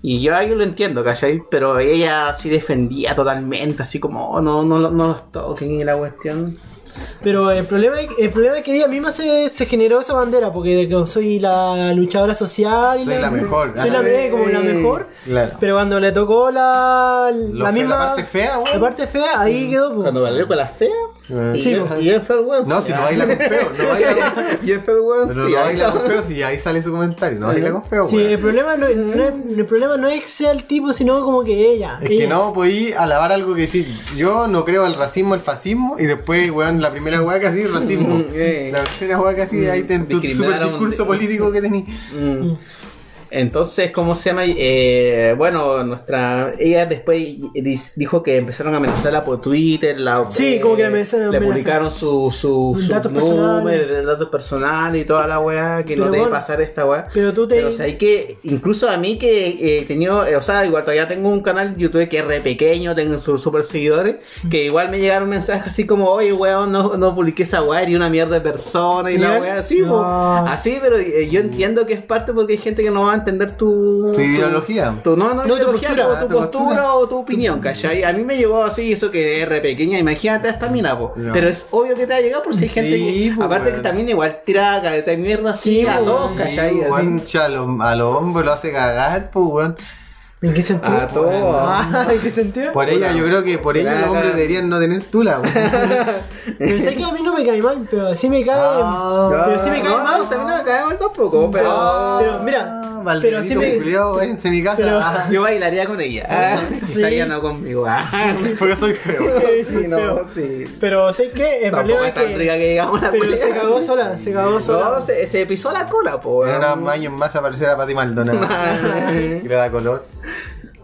D: Y yo, yo lo entiendo, ¿cachai? Pero ella sí defendía totalmente, así como, "Oh, no, no, no los toquen y la cuestión.
B: Pero el problema, es- el problema es que ella misma se, se generó esa bandera, porque de que soy la luchadora social y
C: Soy la mejor.
B: Soy la,
C: Ah,
B: me- como la
C: eh,
B: mejor.
C: claro.
B: Pero cuando le tocó la,
C: Lo
B: la
C: fe-
B: misma.
C: la parte fea, weón.
B: La parte fea, ahí quedó. po.
D: Cuando valió con la fea,
C: Eh,
B: Sí,
D: y
B: po.
D: bien fue el weón.
C: No, si no baila con feo, no baila con
D: Bien fue el weón,
C: Pero
D: sí,
C: no pues,
D: ahí
C: baila
D: está.
C: con feo, si ahí sale su comentario, no baila con feo,
B: Sí,
C: weón.
B: el problema no, es- no es- el problema no es que sea el tipo, sino como que ella.
C: Es
B: ella.
C: que no podí alabar algo que decir, yo no creo al racismo, al fascismo, y después, weón, la primera weá que así, racismo.
D: Eh.
C: la primera weá que
B: Mm.
C: así, ahí ten tu super
D: Discriminaron
C: discurso
D: de-
C: político que tení.
D: Mm. Entonces, ¿cómo se llama? Eh, bueno, nuestra ella después dis- dijo que empezaron a amenazarla por Twitter, la
B: Sí, como que la amenazaron,
D: le
B: amenazaron.
D: publicaron su, su, su
B: Datos
D: número,
B: personales.
D: datos personales y toda la weá, que
B: Pero
D: no debe
B: bueno,
D: pasar esta weá.
B: pero tú te-
D: o sea, hay que, incluso a mí que eh, he tenido, eh, o sea, igual todavía tengo un canal de YouTube que es re pequeño, tengo sus super seguidores,
B: Mm.
D: que igual me llegaron mensajes así como, oye weón, no, no publiqué esa weá, eres una mierda de persona y la
B: Mira.
D: weá así, po.
B: No. Mm.
D: Así, pero eh, yo entiendo que es parte porque hay gente que no va a entender tu.
C: Tu ideología.
D: Tu, no, no,
B: tu
D: ideología,
B: postura,
D: pero tu,
C: ah, tu
D: postura,
C: postura.
D: o tu opinión, ¿cachai? A mí me llegó así, eso que es re pequeña, imagínate hasta mina, po.
C: No.
D: Pero es obvio que te va a llegar por si hay gente
C: Sí,
D: que.
C: po,
D: aparte
C: weón.
D: que también igual tira caleta de mierda así
B: Sí,
D: a
B: po,
D: todos,
B: weón.
D: ¿cachai?
C: Sí,
D: Así.
C: weón, a los a los hombres lo hace cagar, pues, weón.
B: ¿En qué sentido?
D: A todos.
B: Ah, ¿En qué sentido?
C: Por ella, yo creo que por ella los hombres deberían no tener tula, weón.
B: Pero sé que a mí no me cae mal, pero sí me cae.
C: Ah,
B: pero sí me cae
D: no,
B: mal.
D: no, o sea, a mí no me cae mal tampoco, pero.
B: Ah, pero mira, pero sí me-
C: Váyanse a mi casa.
B: pero-
C: Ah,
D: Yo bailaría con ella. Ah, quizá ella no conmigo. Ah,
C: Porque soy feo.
D: sí, no, sí.
B: Pero sé que el
D: Tampoco
B: problema
D: es
B: es
D: tan rica
B: que.
D: que digamos la
B: Pero
D: culiada,
B: se cagó
D: sí.
B: sola, se cagó sola.
D: No, se, se pisó la cola, pues, po.
C: En unos años más aparecerá Pati Maldonado. Y le da color.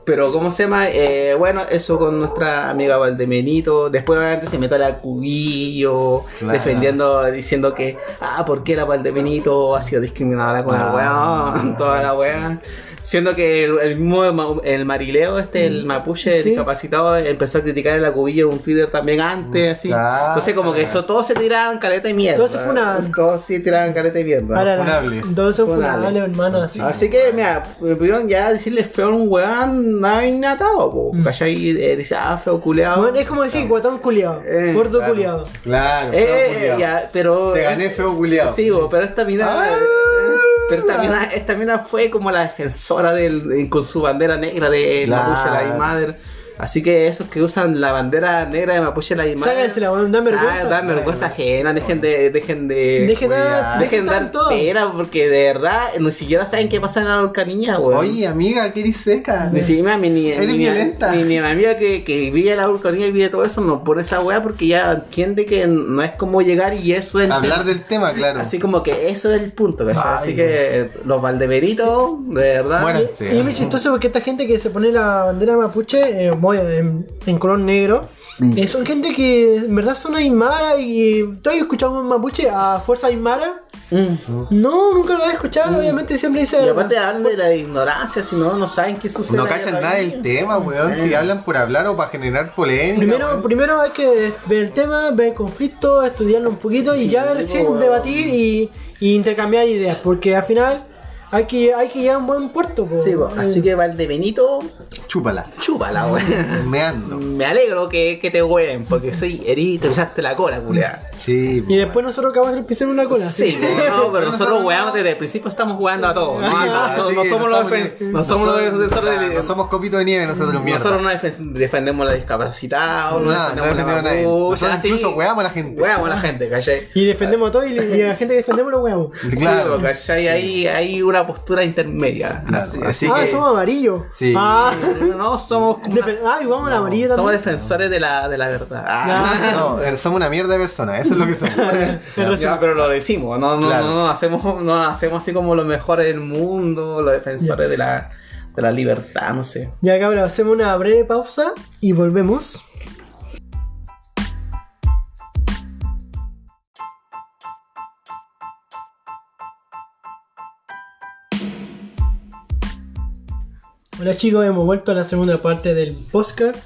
D: Pero, ¿cómo se llama? Eh, bueno, eso con nuestra amiga Valdemenito. Después, obviamente, se metió a la cubillo,
C: Claro.
D: defendiendo, diciendo que, ah, ¿por qué la Valdemenito ha sido discriminada con el
C: Ah.
D: weón? Toda la weón. Siendo que el, el mismo ma- el marileo, este, el mapuche
B: Sí.
D: discapacitado, empezó a criticar a la cubillo en un Twitter también antes, así.
C: Claro.
D: Entonces, como que eso, todos se tiraban caleta y mierda.
B: Todo se funaban.
D: Todos sí tiraban caleta y mierda.
B: Ahora,
C: funables.
B: Todos son
D: Funables.
B: funables, hermano, así.
C: pues,
D: Así que, mira, me pudieron ya decirle feo a un weón, no hay natado, po.
B: Mm.
D: ¿Cachai? Eh, dice, ah, feo culeado.
B: Bueno, es como decir guatón culiado,
D: Eh,
B: gordo
C: Claro.
B: culiado.
C: Claro, feo
D: eh,
C: culiao.
D: ya, pero.
C: Te gané, feo culiado.
D: Sí, po, pero esta mina.
C: Ah.
D: eh, pero esta mina, esta mina fue como la defensora del, eh, con su bandera negra de
C: Claro.
D: Mapuche la Day Mother. Así que esos que usan la bandera negra de Mapuche la Day Mother.
B: Sáquensela, weón, dan
D: sa-
B: vergüenza.
D: Dan vergüenza ajena, dejen de. Dejen de.
B: Dejen
C: culiao.
B: dar,
D: dejen
B: dejen
D: dar
B: dar todo.
D: pena, porque de verdad ni siquiera saben qué pasa en la Orcanilla, weón.
C: Oye, amiga, ¿qué eres seca?
D: Ni siquiera mi ni,
C: Eres
D: mi,
C: violenta.
D: mi- mi amiga que, que vive la vulcanía y vive todo eso, no por esa weá, porque ya entiende que no es como llegar y eso es. el
C: Hablar
D: tema.
C: del tema, claro.
D: Así como que eso es el punto, ¿cachai?
C: Ay,
D: Así que eh, los Valdeveritos, de verdad.
C: Bueno,
B: Y- Y es muy chistoso porque esta gente que se pone la bandera mapuche eh, muy- en, en color negro eh, son gente que en verdad son aymara y tú has escuchado un mapuche a fuerza aymara.
D: Mm.
B: No, nunca lo he escuchado, obviamente siempre dice.
D: Y aparte ah, hablan de la ignorancia, si no, no saben qué sucede.
C: No
D: allá
C: callan nada
D: todavía.
C: del tema, weón. Si hablan por hablar o para generar polémica.
B: Primero,
C: weón.
B: primero hay que ver el tema, ver el conflicto, estudiarlo un poquito y ya recién
D: weón.
B: debatir y, y intercambiar ideas, porque al final Hay que, hay que llegar a un buen puerto, po. Mm.
D: Sí, po. así que Valdebenito,
C: Chúpala.
D: chúpala, weón.
C: Meando.
D: Me alegro que, que te hueven, porque soy herido, te usaste la cola, culiada.
C: Sí.
B: Y después nosotros acabamos que pisamos la cola.
D: Sí, no, pero nosotros weamos desde el principio estamos jugando a todos. No, no, no, no somos los defensores. No somos los defensores de-
C: No somos copitos de nieve nosotros, mierda.
D: Nosotros no defen- defendemos la discapacidad, o no,
C: Nada, no
D: defendemos la
C: defendemos a nadie.
D: babucha,
C: Nosotros
D: así-
C: incluso weamos a la gente.
D: Weamos a la gente, ¿cachai?
B: Y defendemos a todos y, y a la gente que defendemos lo weamos.
C: Claro.
D: Sí, pues, ¿cachai? Hay, hay una postura intermedia.
C: Claro,
D: Así,
C: así
D: así
B: ah,
D: que.
B: somos amarillos.
C: Sí.
B: Ah,
D: No somos. como
B: Defe-
D: una-
B: ah, y vamos al
D: no,
B: amarillo
D: Somos
B: también.
D: defensores de la, de la verdad. Ah,
B: Ah,
C: No, eh, somos una mierda de personas, eso es lo que somos.
D: ya, pero lo decimos, no, no,
C: Claro.
D: no, no hacemos, no hacemos así como los mejores del mundo, los defensores de la, de la libertad, no sé.
B: Ya cabrón, hacemos una breve pausa y volvemos. Hola chicos, hemos vuelto a la segunda parte del podcast.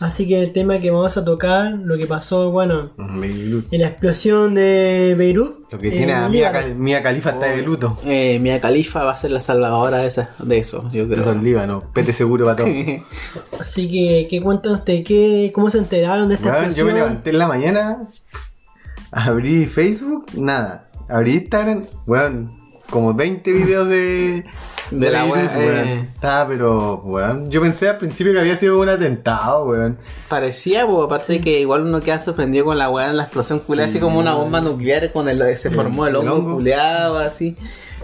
B: Así que el tema que vamos a tocar, lo que pasó, bueno,
C: Beirut.
B: en la explosión de Beirut.
C: Lo que
B: en
C: tiene a Mia,
B: Eh, Líbano.
C: Cal- Mia Califa está de luto.
D: Eh, Mia Califa va a ser la salvadora de, esa- de eso, yo creo.
C: Eso es Líbano, pete seguro para todo.
B: Así que, ¿qué cuentan ustedes? ¿Qué, ¿Cómo se enteraron de esta
C: Weón, yo
B: explosión?
C: me levanté en la mañana, abrí Facebook, nada. Abrí Instagram, weón, como 20 videos de.
D: De la
C: Beirut,
D: wea,
C: weón.
D: eh.
C: Estaba, pero, weón. Yo pensé al principio que había sido un atentado, weón.
D: Parecía, bo, aparte que igual uno queda sorprendido con la weá en la explosión culeada, así como una bomba nuclear con el se formó el
C: el
D: hongo
C: hongo.
D: culeado, así.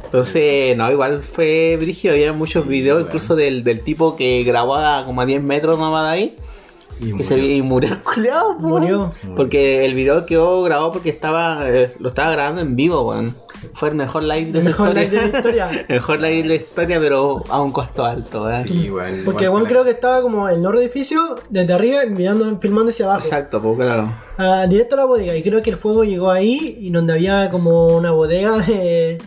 D: Entonces, no, igual fue brígido, había muchos videos incluso del, del tipo que grababa como a 10 metros nomás de ahí,
C: Y
D: que se
C: murió.
D: vi- y murió el culeado, po.
B: Murió.
D: Porque el video quedó grabado porque estaba, eh, lo estaba grabando en vivo, weón. Fue el mejor live de esa
B: Mejor
D: historia.
B: live de la historia.
D: el mejor live de la historia, pero a un costo alto, ¿eh? weón.
C: Sí, weón.
B: Porque Juan creo que estaba como en el otro edificio, desde arriba, mirando, filmando hacia abajo.
D: Exacto, pues claro.
B: Ah, directo a la bodega. Y creo que el fuego llegó ahí, y donde había como una bodega de,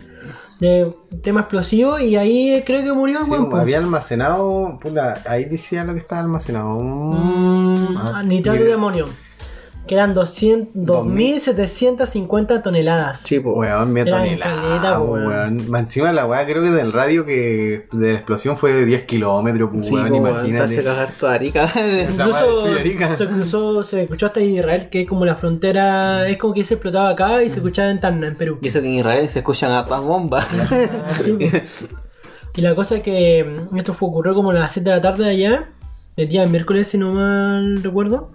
B: de tema explosivo, y ahí creo que murió el
C: Sí,
B: weón, po.
C: había almacenado, puta, ahí decía lo que estaba almacenado. Mm,
B: Mm,
C: Ah,
B: nitrato
C: ni-
B: de amonio. Que eran 200 2.750 toneladas.
D: Sí, pues. po.
C: Weón, mira,
B: Era caleta,
C: tonelada, po,
B: weón.
C: weón. Más encima la weá, creo que del radio que de la explosión fue de 10 kilómetros, po,
D: Sí, pues,
C: weón,
D: como
C: imagínate.
D: andarse a cagar toda rica.
C: Esa madre de Federica.
B: Incluso se, cruzó- se escuchó hasta Israel, que es como la frontera, es como que se explotaba acá y se escuchaba en Tarna, en Perú.
D: y eso que en Israel se escuchan hartas bombas.
B: Sí. pues. Y la cosa es que mm, esto fue ocurrió como a las 7 de la tarde de allá, el día miércoles, si no mal recuerdo.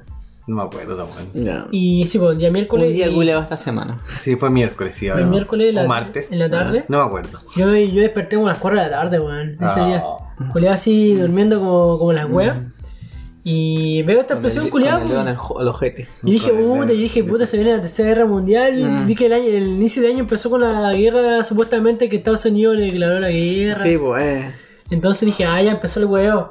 C: No me acuerdo, weón.
D: Ya.
B: Y sí, pues el día
D: Un
B: miércoles.
D: día
B: y-
D: culeado esta semana.
C: Sí, fue miércoles, sí, ahora
B: El
C: no.
B: miércoles en la-
C: o martes. Ah.
B: en la tarde.
C: No me acuerdo.
B: yo, yo desperté como a las 4 de la tarde, weón, ese
C: Ah.
B: día. Culeado así, durmiendo como, como las weas. Y veo esta explosión,
D: Mm.
B: pues,
D: Con el- con el dedo en
B: culeado.
D: el jo- el ojete.
B: Y dije,
C: Con el
B: puta,
C: dedo.
B: y dije, puta, se viene la tercera guerra mundial.
D: Mm.
B: Vi que el, año- el inicio de año empezó con la guerra, supuestamente que Estados Unidos le declaró la guerra.
D: Sí, pues. eh.
B: Entonces dije, ah, ya empezó el huevo.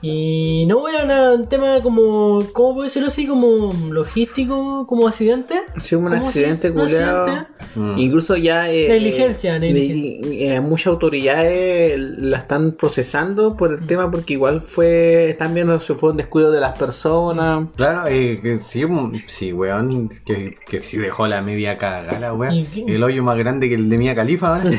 B: Y no era nada, un tema como, ¿cómo puedo decirlo así? Como logístico, como accidente.
D: Sí, un
B: ¿Cómo
D: accidente
B: se dice? Un
D: culeado.
B: accidente.
C: Mm.
D: Incluso ya. eh,
B: Negligencia,
D: eh,
B: negligencia.
D: y- eh, muchas autoridades la están procesando por
B: Mm.
D: el tema porque igual fue. Están viendo si fue un descuido de las personas.
C: Claro, eh, que sí, mm, sí, weón, que, que sí dejó la media cagada,
B: ¿Y
C: weón.
B: qué?
C: El hoyo más grande que el de Mía Califa ahora.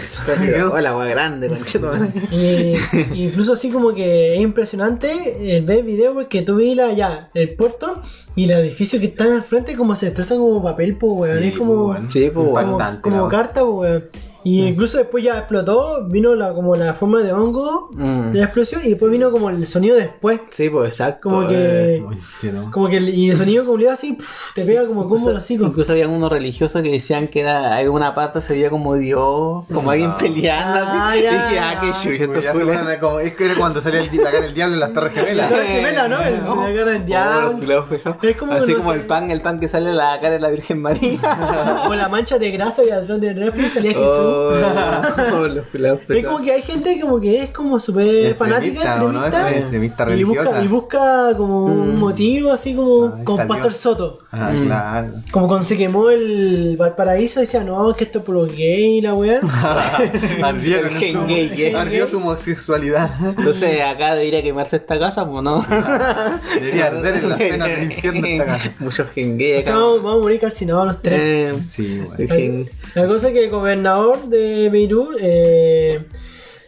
D: Hola, agua grande, conchetumare.
B: Y- incluso así como que es impresionante el ver el video porque tú vi la, ya, el puerto y los edificios que están al frente como se destrozan como papel, pues, weón.
C: Sí,
B: es como...
C: weón.
D: Sí, pues,
B: como,
C: Impactante,
B: como
C: la Mm. weá.
B: carta, po, weón. Y incluso después ya explotó, vino la, como la forma de hongo
D: Mm.
B: de la explosión y después vino como el sonido después.
D: Sí, pues, exacto.
B: Como
D: eh.
B: que.
C: Oye, no.
B: Como que el, y el sonido como le da así, pf, te pega como como
D: Incluso-
B: el hocico.
D: Incluso había unos religiosos que decían que era alguna parte se veía como Dios, como alguien peleando. así.
B: Ah, ya,
D: dije, ah, qué
B: ya.
D: chulo,
C: Pues
D: esto
C: ya
D: fue.
C: se fueron a como- es que era cuando salía el, di- la cara del diablo en las Torres Gemelas.
B: La cara gemela, ¿no? El- la cara
C: Oh,
B: del
D: Oh,
B: diablo. Es como
D: Así
B: no
D: como
B: sé.
D: el pan, el pan que sale de la cara de la Virgen María.
B: O la mancha de grasa y atrás del refri salía Jesús.
D: Oh, oh, los pelados
B: es
D: pelados.
B: como que hay gente como que es como súper fanática,
C: este Extremista, ¿o no?
B: extremista,
C: Extremista
B: y, busca,
C: religiosa.
B: y busca como un
D: Mm.
B: motivo así como
C: Ah,
B: con
C: está
B: Pastor
C: Dios.
B: Soto.
C: Ah,
D: Mm.
C: claro.
B: Como cuando se quemó el Valparaíso, decía, no, es que esto es por los gays y la weá.
C: Ardió
D: El gen gay, eh.
C: su, ardió su homosexualidad.
D: Entonces acá debería quemarse esta casa, pues no.
C: Debería arder en las penas del infierno esta casa.
D: Muchos jengue
B: O sea,
D: acá.
B: vamos, vamos a morir calcinados los tres.
D: Eh,
C: Sí, weón.
D: el gen-
B: La cosa es que el gobernador de Beirut eh,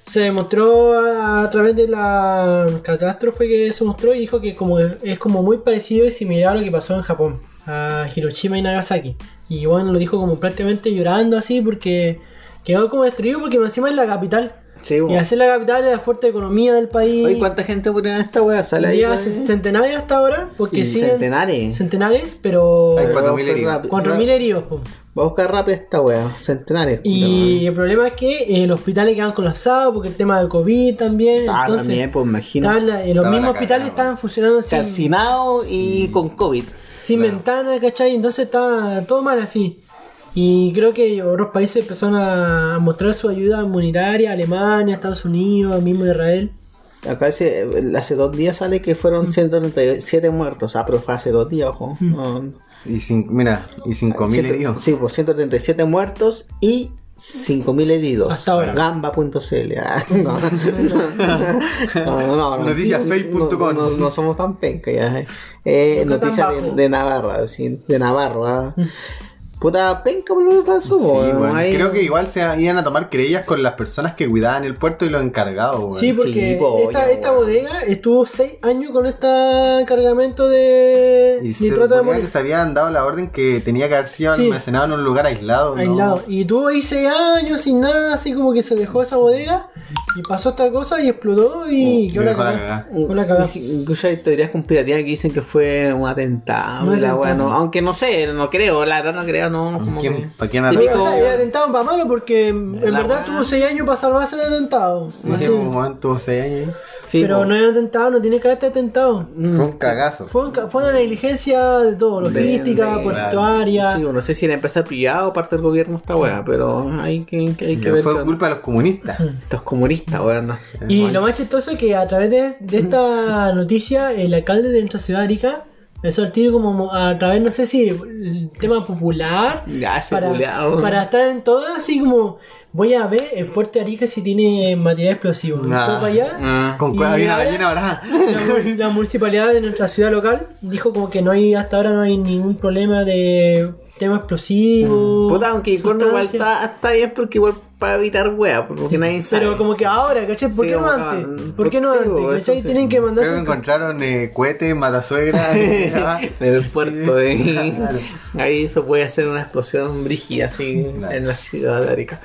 B: se demostró a, a través de la catástrofe que se mostró y dijo que como es, es como muy parecido y similar a lo que pasó en Japón, a Hiroshima y Nagasaki. Y bueno, lo dijo como prácticamente llorando así porque quedó como destruido porque encima es la capital.
D: Sí,
B: Y hacer la capital es la fuerte economía del país.
D: Oye, ¿cuánta gente pone en esta wea? Sale ahí.
B: Llega
D: wea.
B: a centenares hasta ahora, porque
D: Y
B: siguen
D: centenares.
B: centenares, pero
C: Hay
D: Pero
C: cuatro
D: vamos
C: mil
D: por
C: heridos.
D: rápido.
B: 4.000 heridos. po.
D: Voy a buscar rápido esta wea. Centenares.
B: Y el problema es que eh, los hospitales quedan colapsados porque el tema del COVID también.
D: puta madre. Ah,
B: eh, entonces,
D: también, pues imagino.
B: estaban la- eh, los
C: Estaba
B: mismos
C: la
B: hospitales
C: cagada,
B: estaban funcionando sin, sin
D: Calcinado y con COVID.
C: claro.
B: ventanas, ¿cachai? Entonces está todo mal así. Y creo que otros países empezaron a mostrar su ayuda humanitaria, Alemania, Estados Unidos, mismo Israel.
D: Acá dice, eh, hace dos días sale que fueron 137 muertos. Ah, pero fue hace dos días, ojo. No,
C: Y cin- mira, y 5.000
D: ciento-
C: heridos.
D: Sí, pues 137 muertos y 5.000 heridos.
B: Hasta ahora.
D: Gamba.cl. Ah, no. No, no, no, no.
C: Noticiasfake.com.
D: No, no, no somos tan penca ya. eh. Eh,
B: Nunca tan
D: noticias de,
B: bajo.
D: de Navarra, sí, de Navarro. ah. Puta penca por lo que pasó.
C: Sí,
D: weón.
C: weón.
D: Ahí-
C: Creo que igual se iban a tomar querellas con las personas que cuidaban el puerto y los encargados, weón.
B: Sí, porque
D: tipo, oye,
B: esta, esta
D: weón.
B: bodega estuvo 6 años con este cargamento de
C: Y se
B: nitrato pues, de
C: suponía
B: amonio
C: que se habían dado la orden que tenía que haber sido
B: Sí.
C: almacenado en un lugar aislado. ¿no?
B: aislado. Y tuvo ahí 6 años sin nada, así como que se dejó esa bodega y pasó esta cosa y explotó y
C: Mm,
B: quedó la
C: dejó la
B: cagada.
C: cagada.
D: Uh,
B: Quedó la cagada.
D: Incluso hay teorías conspirativas que dicen que fue un atentado.
B: No
D: y la
B: atentado.
D: wea, no- aunque no sé, no creo, la verdad no creo, no. como
C: ¿Quién-
D: que-
C: ¿Para quién
D: Típico-
C: atacar?
B: O sea, el atentado para malo porque en
D: La
B: verdad
D: weá.
B: tuvo 6 años para salvarse del atentado.
C: ¿eh? Sí,
B: Así.
C: weón, tuvo seis años.
D: Sí,
B: Pero
D: po.
B: no era atentado, no tiene que haber este atentado.
C: Fue un cagazo.
B: Fue, un ca- fue una negligencia de todo, logística,
D: De- de-
B: portuaria.
D: Sí, no sé si era empresa privada o parte del gobierno esta weá, pero hay que, hay que- hay que
C: Ya,
D: ver. qué
C: fue
D: onda.
C: culpa de los comunistas.
D: Estos comunistas, weón. no.
B: Y
C: Bueno.
B: lo más chistoso es que a través de, de esta noticia, el alcalde de nuestra ciudad, Arica, empezó el tiro como a través, no sé si, el tema popular.
D: Ya, ese
B: Para,
D: culeado.
B: para estar en todas, así como voy a ver el puerto de Arica si tiene material explosivo. Y fue
C: Ah.
B: para allá.
D: Ah.
C: Con cueva
B: Y
C: había una
B: ahora-
C: ballena ahora.
B: La, mu- la municipalidad de nuestra ciudad local dijo como que no hay, hasta ahora no hay ningún problema de tema explosivo.
D: Mm. Puta, aunque el corno igual
B: sustancia.
D: está, está bien porque igual para evitar weá, pues, porque nadie sabe.
B: Pero como que ahora, ¿cachai? ¿Por
D: Sí,
B: qué no
D: como
B: antes?
D: que-
B: ¿Por qué no
D: sí,
B: antes?
D: bo, eso
B: ¿Cachai?
D: sí.
B: Tienen que mandar
C: Creo que
B: sus-
C: encontraron eh, cohetes, matasuegra. eh, ah.
D: En el puerto, eh.
C: Claro.
D: Ahí se puede hacer una explosión brígida así
C: Claro.
D: en la ciudad de Arica.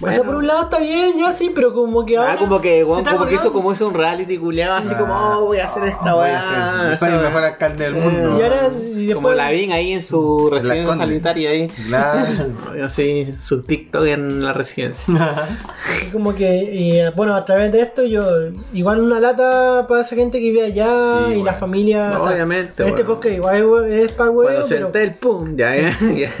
B: O sea, por un lado está bien, ya sí, pero como que ahora.
D: Ah, como que,
B: se
D: weón,
B: está
D: como que hizo
B: colgando.
D: como hizo un reality culeado, así como, oh, voy a hacer esta
C: Ah. Voy
D: weá.
C: a hacer-
D: esa
C: Soy el
D: weá.
C: mejor alcalde del mundo.
B: Y ahora, y
D: Como
B: después.
D: la Vin ahí en su residencia
C: Conde.
D: sanitaria ahí.
C: Claro.
D: Así, su TikTok en la residencia.
B: Como que, eh, bueno, a través de esto, yo. Igual una lata para esa gente que vive allá
C: Sí,
B: y
C: bueno.
B: la familia.
D: No,
B: o sea,
D: obviamente,
B: pero Este
D: bueno.
B: podcast igual es para
D: Cuando
B: huevo,
D: se
B: pero.
D: entere el pum, ya, ya, ya.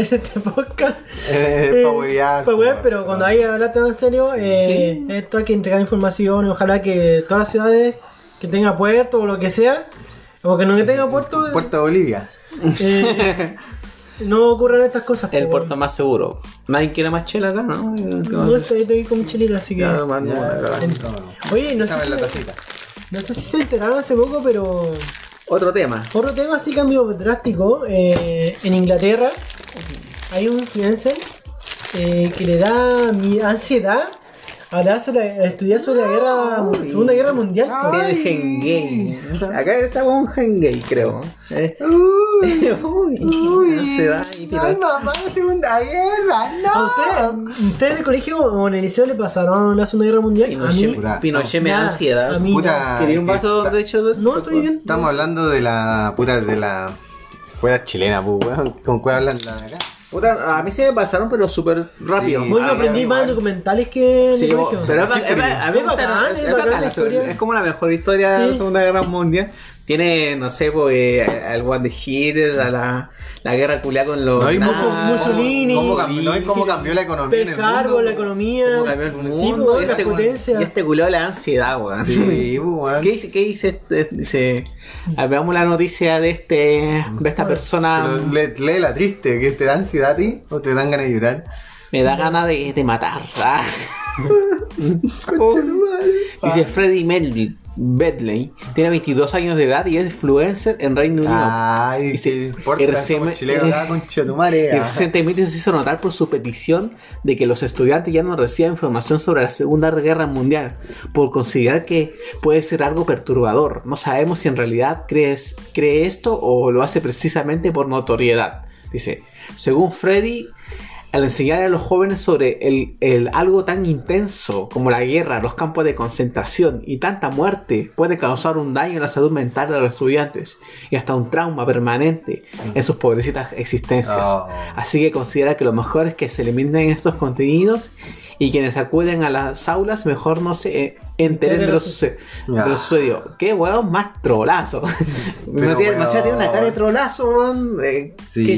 B: este podcast.
C: Eh, pa' huevear,
B: Pa' huevear,
C: pa-
B: pero cuando hay hablado en serio, eh, esto hay que entregar información. y Ojalá que todas las ciudades que tenga puerto o lo que sea, o que no que tenga puerto,
C: Puerto de Bolivia.
B: eh, no ocurran estas cosas.
D: El
B: po,
D: puerto más seguro. Nadie quiere más chela acá, ¿no?
B: weón. Ah, No, estoy, estoy con chilita, así que.
D: Ya, man,
C: Ya,
D: ya.
C: toma.
B: Oye, no sé,
C: Déjame la
B: si,
C: tacita.
B: no sé si se enteraron hace poco, pero.
D: Otro tema.
B: Otro tema así cambio drástico. eh, en Inglaterra hay un influencer eh, que le da mi ansiedad hablar sobre, estudiar sobre la guerra, Segunda Guerra Mundial. po.
D: Tiene el hengay. Acá estamos un hengay, creo. Eh, Uy, no se va y tira.
C: Ay, mamá, segunda guerra,
B: ¿A
C: no.
B: ustedes usted en el colegio o en el liceo le pasaron la Segunda Guerra Mundial? A mí,
D: Pinochet,
C: Puta,
D: Pinochet me da
B: nada, a
D: ansiedad.
B: mí
C: Puta,
D: ¿Quería un
C: que
D: vaso
C: está-
D: de hecho? pues,
B: no. No, estoy bien.
C: Estamos hablando de la puta de la fuera chilena, pues, weón. ¿Con cuál hablan la de acá?
D: pues, Puta, a mí se me pasaron, pero súper rápido.
C: Sí.
B: Hoy me
C: Ah,
B: aprendí
C: ya,
B: más en
C: igual.
B: documentales que en
D: Sí,
B: el
D: bo-
B: colegio.
D: pero es, ba-
C: ¿Qué
D: es ba- a mí me
B: Es bacán,
D: gusta-
B: es
D: es
B: bacán
D: bacán
B: la
D: la historia.
B: historia.
D: Es como la mejor historia de la
B: Sí.
D: Segunda Guerra Mundial. Tiene, no sé, pues, eh, al One de Hitler, a la, la guerra culia con los.
C: No, y
D: nazis,
B: Musso- Mussolini.
C: ¿Cómo cambió, no, y cómo cambió la economía en el
B: Pearl Harbor,
C: mundo?
B: la
C: po.
B: economía.
D: cómo cambió el mundo.
B: ah, Sí, po,
D: Y
B: la
D: este,
B: potencia.
D: y este culiao le da ansiedad, weón.
C: Sí, pues, weón.
D: ¿Qué dice? ¿Qué dice? este? Dice, ah, veamos la noticia de este de
B: Ah,
D: esta persona.
C: Pero le- lee la triste, que te da ansiedad a ti o te dan ganas de llorar.
D: Me da ganas Oh. de, de matar. ah. dice Freddy Melvin. Bedley, tiene 22 años de edad y es influencer en Reino Unido.
C: Ay,
D: Y se-
C: qué importa,
D: RCM
C: somos chilenos acá, conchetumare.
D: Y recientemente se hizo notar por su petición de que los estudiantes ya no reciban información sobre la Segunda Guerra Mundial, por considerar que puede ser algo perturbador. No sabemos si en realidad crees- cree esto o lo hace precisamente por notoriedad. Dice, según Freddy, al enseñar a los jóvenes sobre el, el algo tan intenso como la guerra, los campos de concentración y tanta muerte puede causar un daño en la salud mental de los estudiantes y hasta un trauma permanente en sus pobrecitas existencias.
C: Oh.
D: Así Ah, que considera que lo mejor es que se eliminen estos contenidos y quienes acuden a las aulas mejor no se eh, enteren de lo, suce-
C: Ah.
D: de lo sucedido. ¡Qué huevón más trolazo!
C: Pero,
D: no tiene, demasiado tiene una cara de
C: weón.
D: trolazo, weón. Eh,
C: Sí, pues,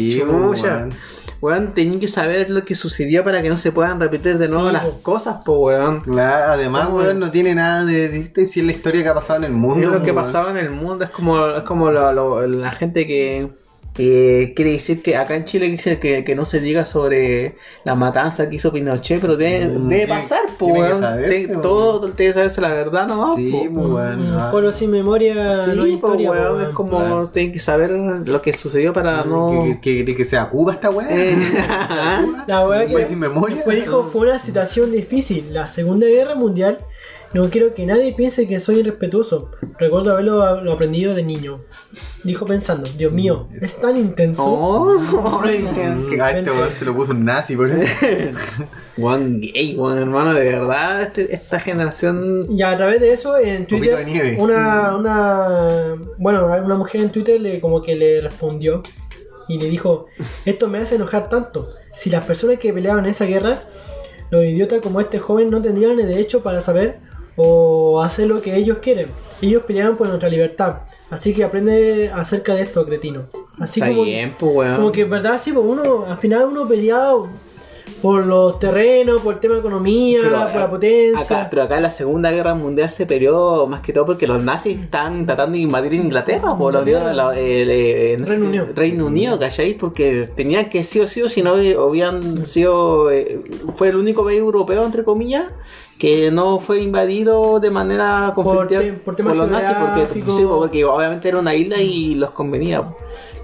D: ¡Qué chucha!
C: weón.
D: Weón, tenían que saber lo que sucedió para que no se puedan repetir de nuevo
B: Sí,
D: las
B: po.
D: cosas, po, weón.
C: La- además,
D: Oh,
C: weón,
D: weón.
C: no tiene nada de de- si es la historia que ha pasado en el mundo.
D: Es lo que
C: weón.
D: pasaba en el mundo, es como, es como lo- lo- la gente que, que quiere decir que acá en Chile dice que, que no se diga sobre la matanza que hizo Pinochet, pero debe,
C: Mm,
D: debe
C: tiene-
D: pasar, po,
C: tiene que
D: weón.
C: saberse,
D: Tiene-
C: weón.
D: todo tiene que saberse la verdad nomás,
C: Sí,
D: po.
C: weón.
B: Un
C: ah.
B: pueblo Mm, sin memoria.
D: Sí,
B: no hay
D: po,
B: historia,
D: weón,
B: weón.
D: es como
C: Claro.
D: tienen que saber lo que sucedió para no...
C: ¿Qué- qué- qué- que sea Cuba esta weá?
B: La weá que-
C: Pues sin memoria.
B: Después dijo, fue una situación difícil. La Segunda Guerra Mundial, no quiero que nadie piense que soy irrespetuoso. Recuerdo haberlo lo aprendido de niño. Dijo pensando, Dios mío, es tan intenso.
D: Oh,
C: Mm, ah, este weón se lo puso un nazi, por
D: Juan gay, Juan hermano, de verdad, este- esta generación.
B: Y a través de eso, en
C: Copito de
B: Twitter,
C: nieve.
B: una,
D: Mm.
B: una, bueno, una mujer en Twitter le, como que le respondió y le dijo, esto me hace enojar tanto. Si las personas que peleaban esa guerra, los idiotas como este joven no tendrían el derecho para saber o hacer lo que ellos quieren. Ellos pelearon por nuestra libertad. Así que aprende acerca de esto, cretino. Así
D: Está
B: como,
D: bien, pues, weón.
B: como que, ¿verdad? Sí, pues uno, al final uno peleado por los terrenos, por el tema de economía,
D: Pero,
B: por la potencia.
D: Acá, pero acá en la Segunda Guerra Mundial se peleó más que todo porque los nazis están tratando de invadir Inglaterra, por los
B: Inglaterra.
D: la, el, eh, no sé,
B: Reino Unido.
D: Reino Unido, ¿cachai? Porque tenían que sí o sí o si no eh, habían sido. eh, fue el único país europeo, entre comillas. Que no fue invadido de manera conflictiva
B: tem- por temas
D: los nazis, porque,
B: geográficos.
D: sí, porque obviamente era una isla y los convenía,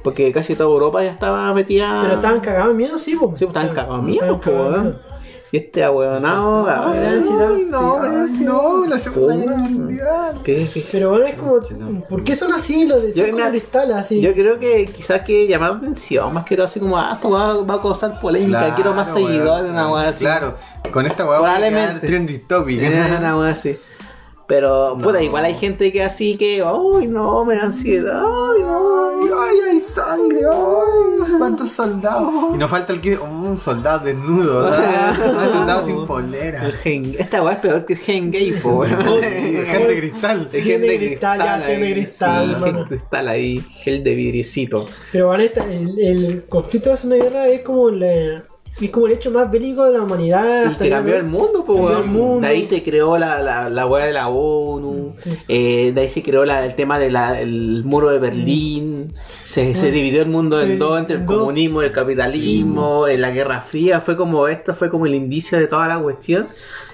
D: porque casi toda Europa ya estaba metida.
B: Pero estaban cagados de miedo, sí, po.
D: Ah. Sí, pues estaban cagados de miedo,
B: Estaban
D: po,
B: cagados de
D: weón.
B: miedo.
D: Y este ahueonado.
B: Ay,
D: ah,
B: ansiedad.
C: no,
D: ay,
C: no, la Segunda
D: Todo.
C: Guerra Mundial.
D: ¿Qué, qué-
B: Pero bueno, es como, ¿por qué son así los de
D: Yo
B: son como
D: me-
B: cristal así?
D: Yo creo que quizás que llamar la atención, más que todo así como, ah, esto va, va a causar polémica,
C: Claro,
D: quiero más
C: weón.
D: seguidores, una weá así.
C: Claro, con esta weá va a quedar
D: Probablemente.
C: trending topic.
D: Eh, una weá así. Pero, puta, igual hay gente que así que, ay, no, me da ansiedad, ay, no.
C: Ay, ay, hay sangre, ay, cuántos soldados. Y nos falta el que un soldado desnudo, ¿verdad? un soldado sin polera.
D: El gen- Esta weá es peor que el gen gay, po, weón.
C: Gente de cristal.
D: El
B: Gen de
D: de
B: cristal, ya, gen de
D: ahí,
B: cristal,
D: sí,
B: mano.
D: gen cristal ahí, gel de vidriecito.
B: Pero bueno, esta- el, el conflicto de la Segunda Guerra es como, la- es como el hecho más bélico de la humanidad.
D: Y
B: hasta
D: que
B: la-
D: cambió el mundo, pues,
B: Cambió el
D: weón.
B: mundo.
D: De ahí se creó la, la, la weá de la ONU.
B: Sí.
D: eh, de ahí se creó la- el tema del muro de Berlín. Se, se dividió el mundo
B: Se
D: en dos, entre el
B: Ah. dos. Mm.
D: comunismo y el capitalismo. eh, la Guerra Fría. Fue como esto, fue como el indicio de toda la cuestión.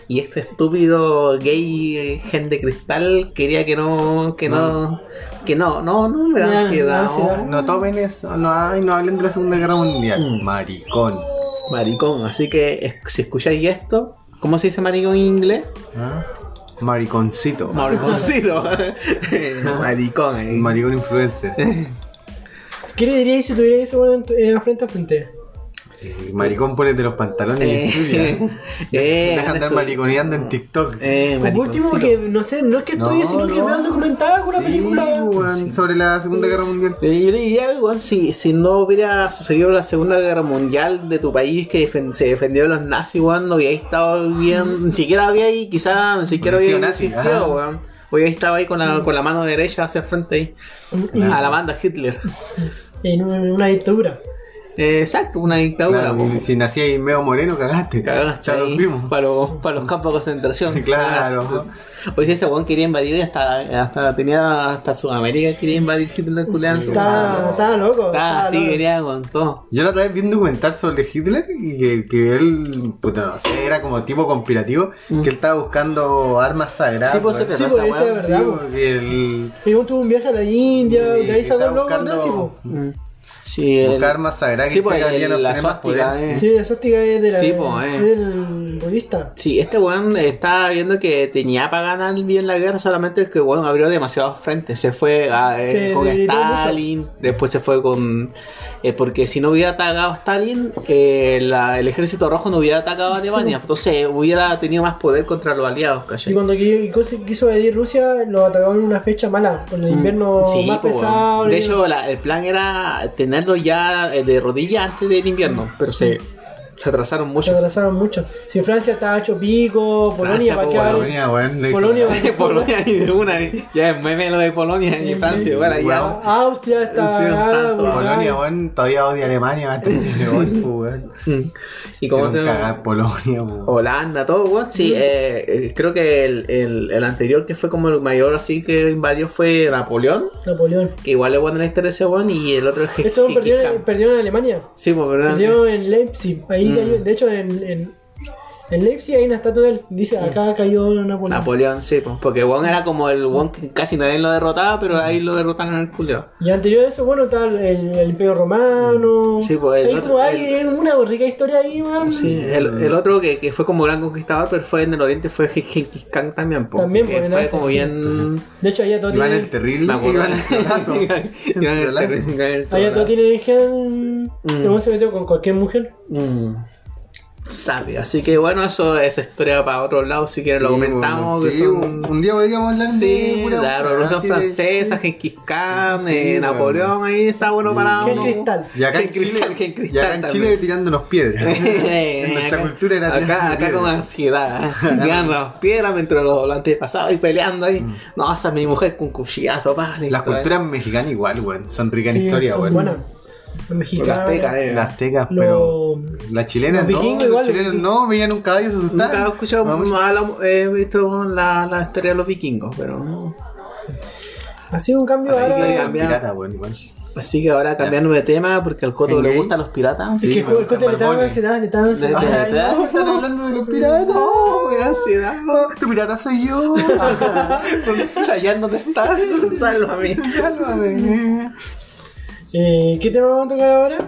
D: Y este estúpido gay eh, gen de cristal quería que no, que no, que no, no, no me da
B: Mm. Ya,
D: ansiedad.
B: me da ansiedad.
D: oh,
C: No tomen eso, no, ay, no hablen de la Segunda Guerra Mundial.
D: Mm.
C: Maricón.
D: maricón. Así que es- si escucháis esto, ¿cómo se dice maricón en inglés?
C: ¿Ah? Mariconcito.
D: Mariconcito. Maricón. eh. ahí.
C: Maricón influencer.
B: ¿Qué le dirías si tuvieras eso bueno, en tu- eh, frente a frente?
C: Eh, Maricón, ponete los pantalones y
D: Eh,
C: estudia.
D: eh,
C: Deja andar
D: estu-
C: mariconeando en TikTok.
D: Eh,
B: Por último,
D: mariconcito.
B: que no sé, no es que estudie,
C: No,
B: sino que
C: no.
B: vean documental alguna
C: Sí,
B: película.
C: weón, sobre la Segunda Guerra Mundial.
D: Eh, Yo le diría, weón, si, si no hubiera sucedido la Segunda Guerra Mundial de tu país que defen- se defendió de los nazis, weón, no hubiera estado bien, ni siquiera había ahí, quizás ni siquiera
C: Hubiera
D: había
C: sido nazi,
D: existido,
C: ajá.
D: weón. Hoy estaba ahí con
C: Mm.
D: la, con la mano derecha hacia el frente ahí,
B: Y-
D: a la banda Hitler.
B: En un- en una dictadura.
D: Eh, exacto, una dictadura.
C: Claro,
D: po.
C: y si nací ahí medio moreno, cagaste.
D: Cagaste
C: Ya
D: ahí
C: los vimos.
D: Para, los, para los campos de concentración.
C: Claro.
D: Oye, Pues ese weón quería invadir hasta, hasta tenía hasta Sudamérica, quería invadir Hitler culián.
B: Está,
C: Claro.
B: está loco.
D: Ah,
B: está
D: sí,
B: loco.
D: quería con todo.
C: Yo la otra vez vi un documental sobre Hitler y que, que él, puta, no sé, era como tipo conspirativo, que él estaba buscando armas sagradas.
D: Mm. Sí, pues,
C: weón.
B: Sí,
D: Esa
B: pues, esa
D: weá,
B: es
C: Sí,
B: verdad. po.
C: porque el-
B: Según tuvo un viaje a la India,
C: y
B: de ahí sacó
C: estaba
B: el logo
C: buscando
B: nazi, po.
D: Mm. Sí, el-
C: Buscar armas sagradas
D: pues. sí,
C: que
D: pues,
C: se
D: el- la
C: más
D: suástica,
C: poder.
D: eh.
B: Sí, esa óptica es de la.
D: Sí, po, eh.
B: es del budista.
D: Sí, este weón estaba viendo que tenía para ganar bien la guerra, solamente que weón abrió demasiados frentes. Se fue a, eh,
B: Se
D: con
B: debilitó mucho.
D: Stalin, después se fue con. eh, porque si no hubiera atacado a Stalin, eh, la- el ejército rojo no hubiera atacado a Alemania. Entonces hubiera tenido más poder contra los aliados,
B: pues. Y
D: ¿cachai?
B: cuando qui- quiso quiso invadir Rusia, lo atacaron en una fecha mala, con el invierno
D: Mm. Sí,
B: más
D: po, weón.
B: pesado.
D: De
B: y-
D: hecho, la- el plan era tenerlo ya eh, de rodillas antes del invierno, pero se, se atrasaron
B: se
D: mucho.
B: atrasaron mucho. Si Francia estaba hecho pico, Polonia,
D: Francia,
B: ¿para
D: po,
B: qué vale?
C: Polonia, weón, le hizo-
B: Polonia, weón.
D: Polonia y de una, eh, ya es meme lo de Polonia y Francia, bueno, ya.
C: Weón.
B: Austria
D: Sí,
B: está.
D: tanto,
C: Polonia, weón, todavía odia a Alemania, va a tener que weón, po, weón.
D: Mm. Y como se
C: Hicieron
D: llama? Oh,
C: cagar Polonia, po.
D: Holanda, todo, weón. Sí, eh, eh, creo que el, el- el anterior que fue como el mayor así que invadió fue Napoleón.
B: Napoleón.
D: Que igual es bueno la historia de ese weón. Y el otro es Je-
B: Estos perdieron,
D: Jekiskan.
B: perdieron en Alemania.
D: Sí, pues, ¿verdad?
B: Perdieron en Leipzig. Ahí
D: Mm.
B: cayó- de hecho, en, en, en Leipzig hay una estatua de él. Dice, acá cayó Napoleón.
D: Napoleón, sí, pues. Porque weón era como el weón que casi nadie lo derrotaba, pero ahí lo derrotaron en el culeo.
B: Y anterior a eso, bueno, está el, el Imperio Romano.
D: Sí, pues, el
B: Ahí
D: otro-
B: hay una rica historia ahí, man.
D: Sí, el, el otro que, que fue como gran conquistador, pero fue en el oriente, fue Je- Genghis Khan también, pues.
B: También,
D: que
B: pues, en
D: fue
B: Asia,
D: como
B: sí.
D: bien.
B: De hecho, allá todo
C: Iván el
B: tiene.
C: Terrible,
D: acuerdo.
C: Iván el Trolazo.
D: Iván el
C: Trolazo.
D: Terrible, Iván el
B: Allá todo
D: Trolazo.
B: tiene gen.
D: Mm.
B: Según se metió con cualquier mujer.
D: Mm. Sabe, así que bueno, eso es historia para otro lado, si quieren lo
C: Sí,
D: comentamos.
C: weón,
D: que
C: sí,
D: son-
C: un, un día podríamos hablar de
D: Sí,
C: pura
D: la
C: weá,
D: revolución
C: así de-
D: francesa, Genghis Khan,
C: Sí,
D: eh,
C: weón.
D: Napoleón, ahí está bueno para
B: Gen
D: uno.
B: Cristal.
C: Y acá en
D: Gen Cristal, Gen
C: Chile, y
D: Cristal
C: acá en
D: también.
C: Chile tirándonos piedras.
D: Eh,
C: En nuestra
D: acá-
C: cultura era
D: acá,
C: tirarnos
D: acá con
C: piedras.
D: ansiedad, tiran las piedras mientras los volantes pasaban y peleando ahí.
C: Mm.
D: No, esa es mi mujer con cuchillazo, pa, listo,
C: Las
D: eh.
C: culturas mexicanas igual, weón. Son ricas en
B: Sí,
C: historia,
B: son
C: weón.
B: buenas. Los
D: Por las tecas,
B: mexicanos.
D: eh.
C: Las tecas, pero.
B: Los.
C: Las chilenas
B: los
C: no,
B: vikingos
C: los
B: igual, los
C: chilenos no, veían un caballo y se asustaban.
D: Nunca he escuchado,
C: Vamos,
D: no habla- he visto la, la historia de los vikingos, pero no.
B: Ha sido un cambio
D: Así
B: ahora.
D: que
C: eran
D: cambiar.
C: piratas, weón, igual.
D: Así que ahora cambiándome de tema, porque al Coto le
C: ¿Gay?
D: gustan los piratas.
B: Es
C: Sí,
B: que
C: me
B: el cote
C: gustan
B: le está dando
C: barbones.
B: ansiedad, le está dando ansiedad.
D: Ay,
C: Ay, no, están hablando de los piratas. No,
D: me da ansiedad.
C: tu pirata soy yo.
D: Chayanne, ¿dónde estás? Sálvame.
C: Sálvame.
B: Eh, ¿Qué tema vamos a tocar ahora?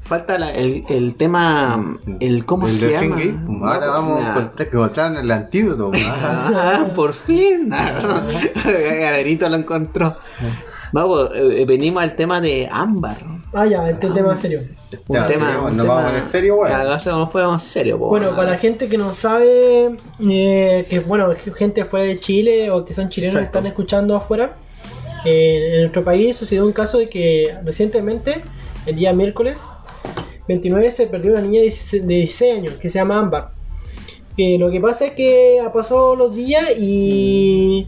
D: Falta la- el, el tema, el cómo
C: El
D: se
C: del Gen
D: llama.
C: Gay, pues, pum, Ahora
D: No,
C: vamos
D: nah.
C: a contar que contaron el antídoto. weón.
D: Ah, por fin.
C: Ah,
D: Galerito lo encontró. Vamos, eh, venimos al tema de ámbar.
B: Ah, ya, este tema serio.
D: Un
C: Ya,
D: tema.
C: serio,
D: un
C: nos
D: tema-
C: vamos a poner serio, weón.
D: Ya, no se- nos ponemos serio, po, Ah.
B: Bueno,
D: weón.
B: para la gente que no sabe, eh, que bueno, que gente fuera de Chile o que son chilenos y
D: Exacto.
B: están escuchando afuera, eh, en nuestro país sucedió un caso de que recientemente, el día miércoles 29, se perdió una niña de 16 de 16 años que se llama Ámbar. Que lo que pasa es que ha pasado los días y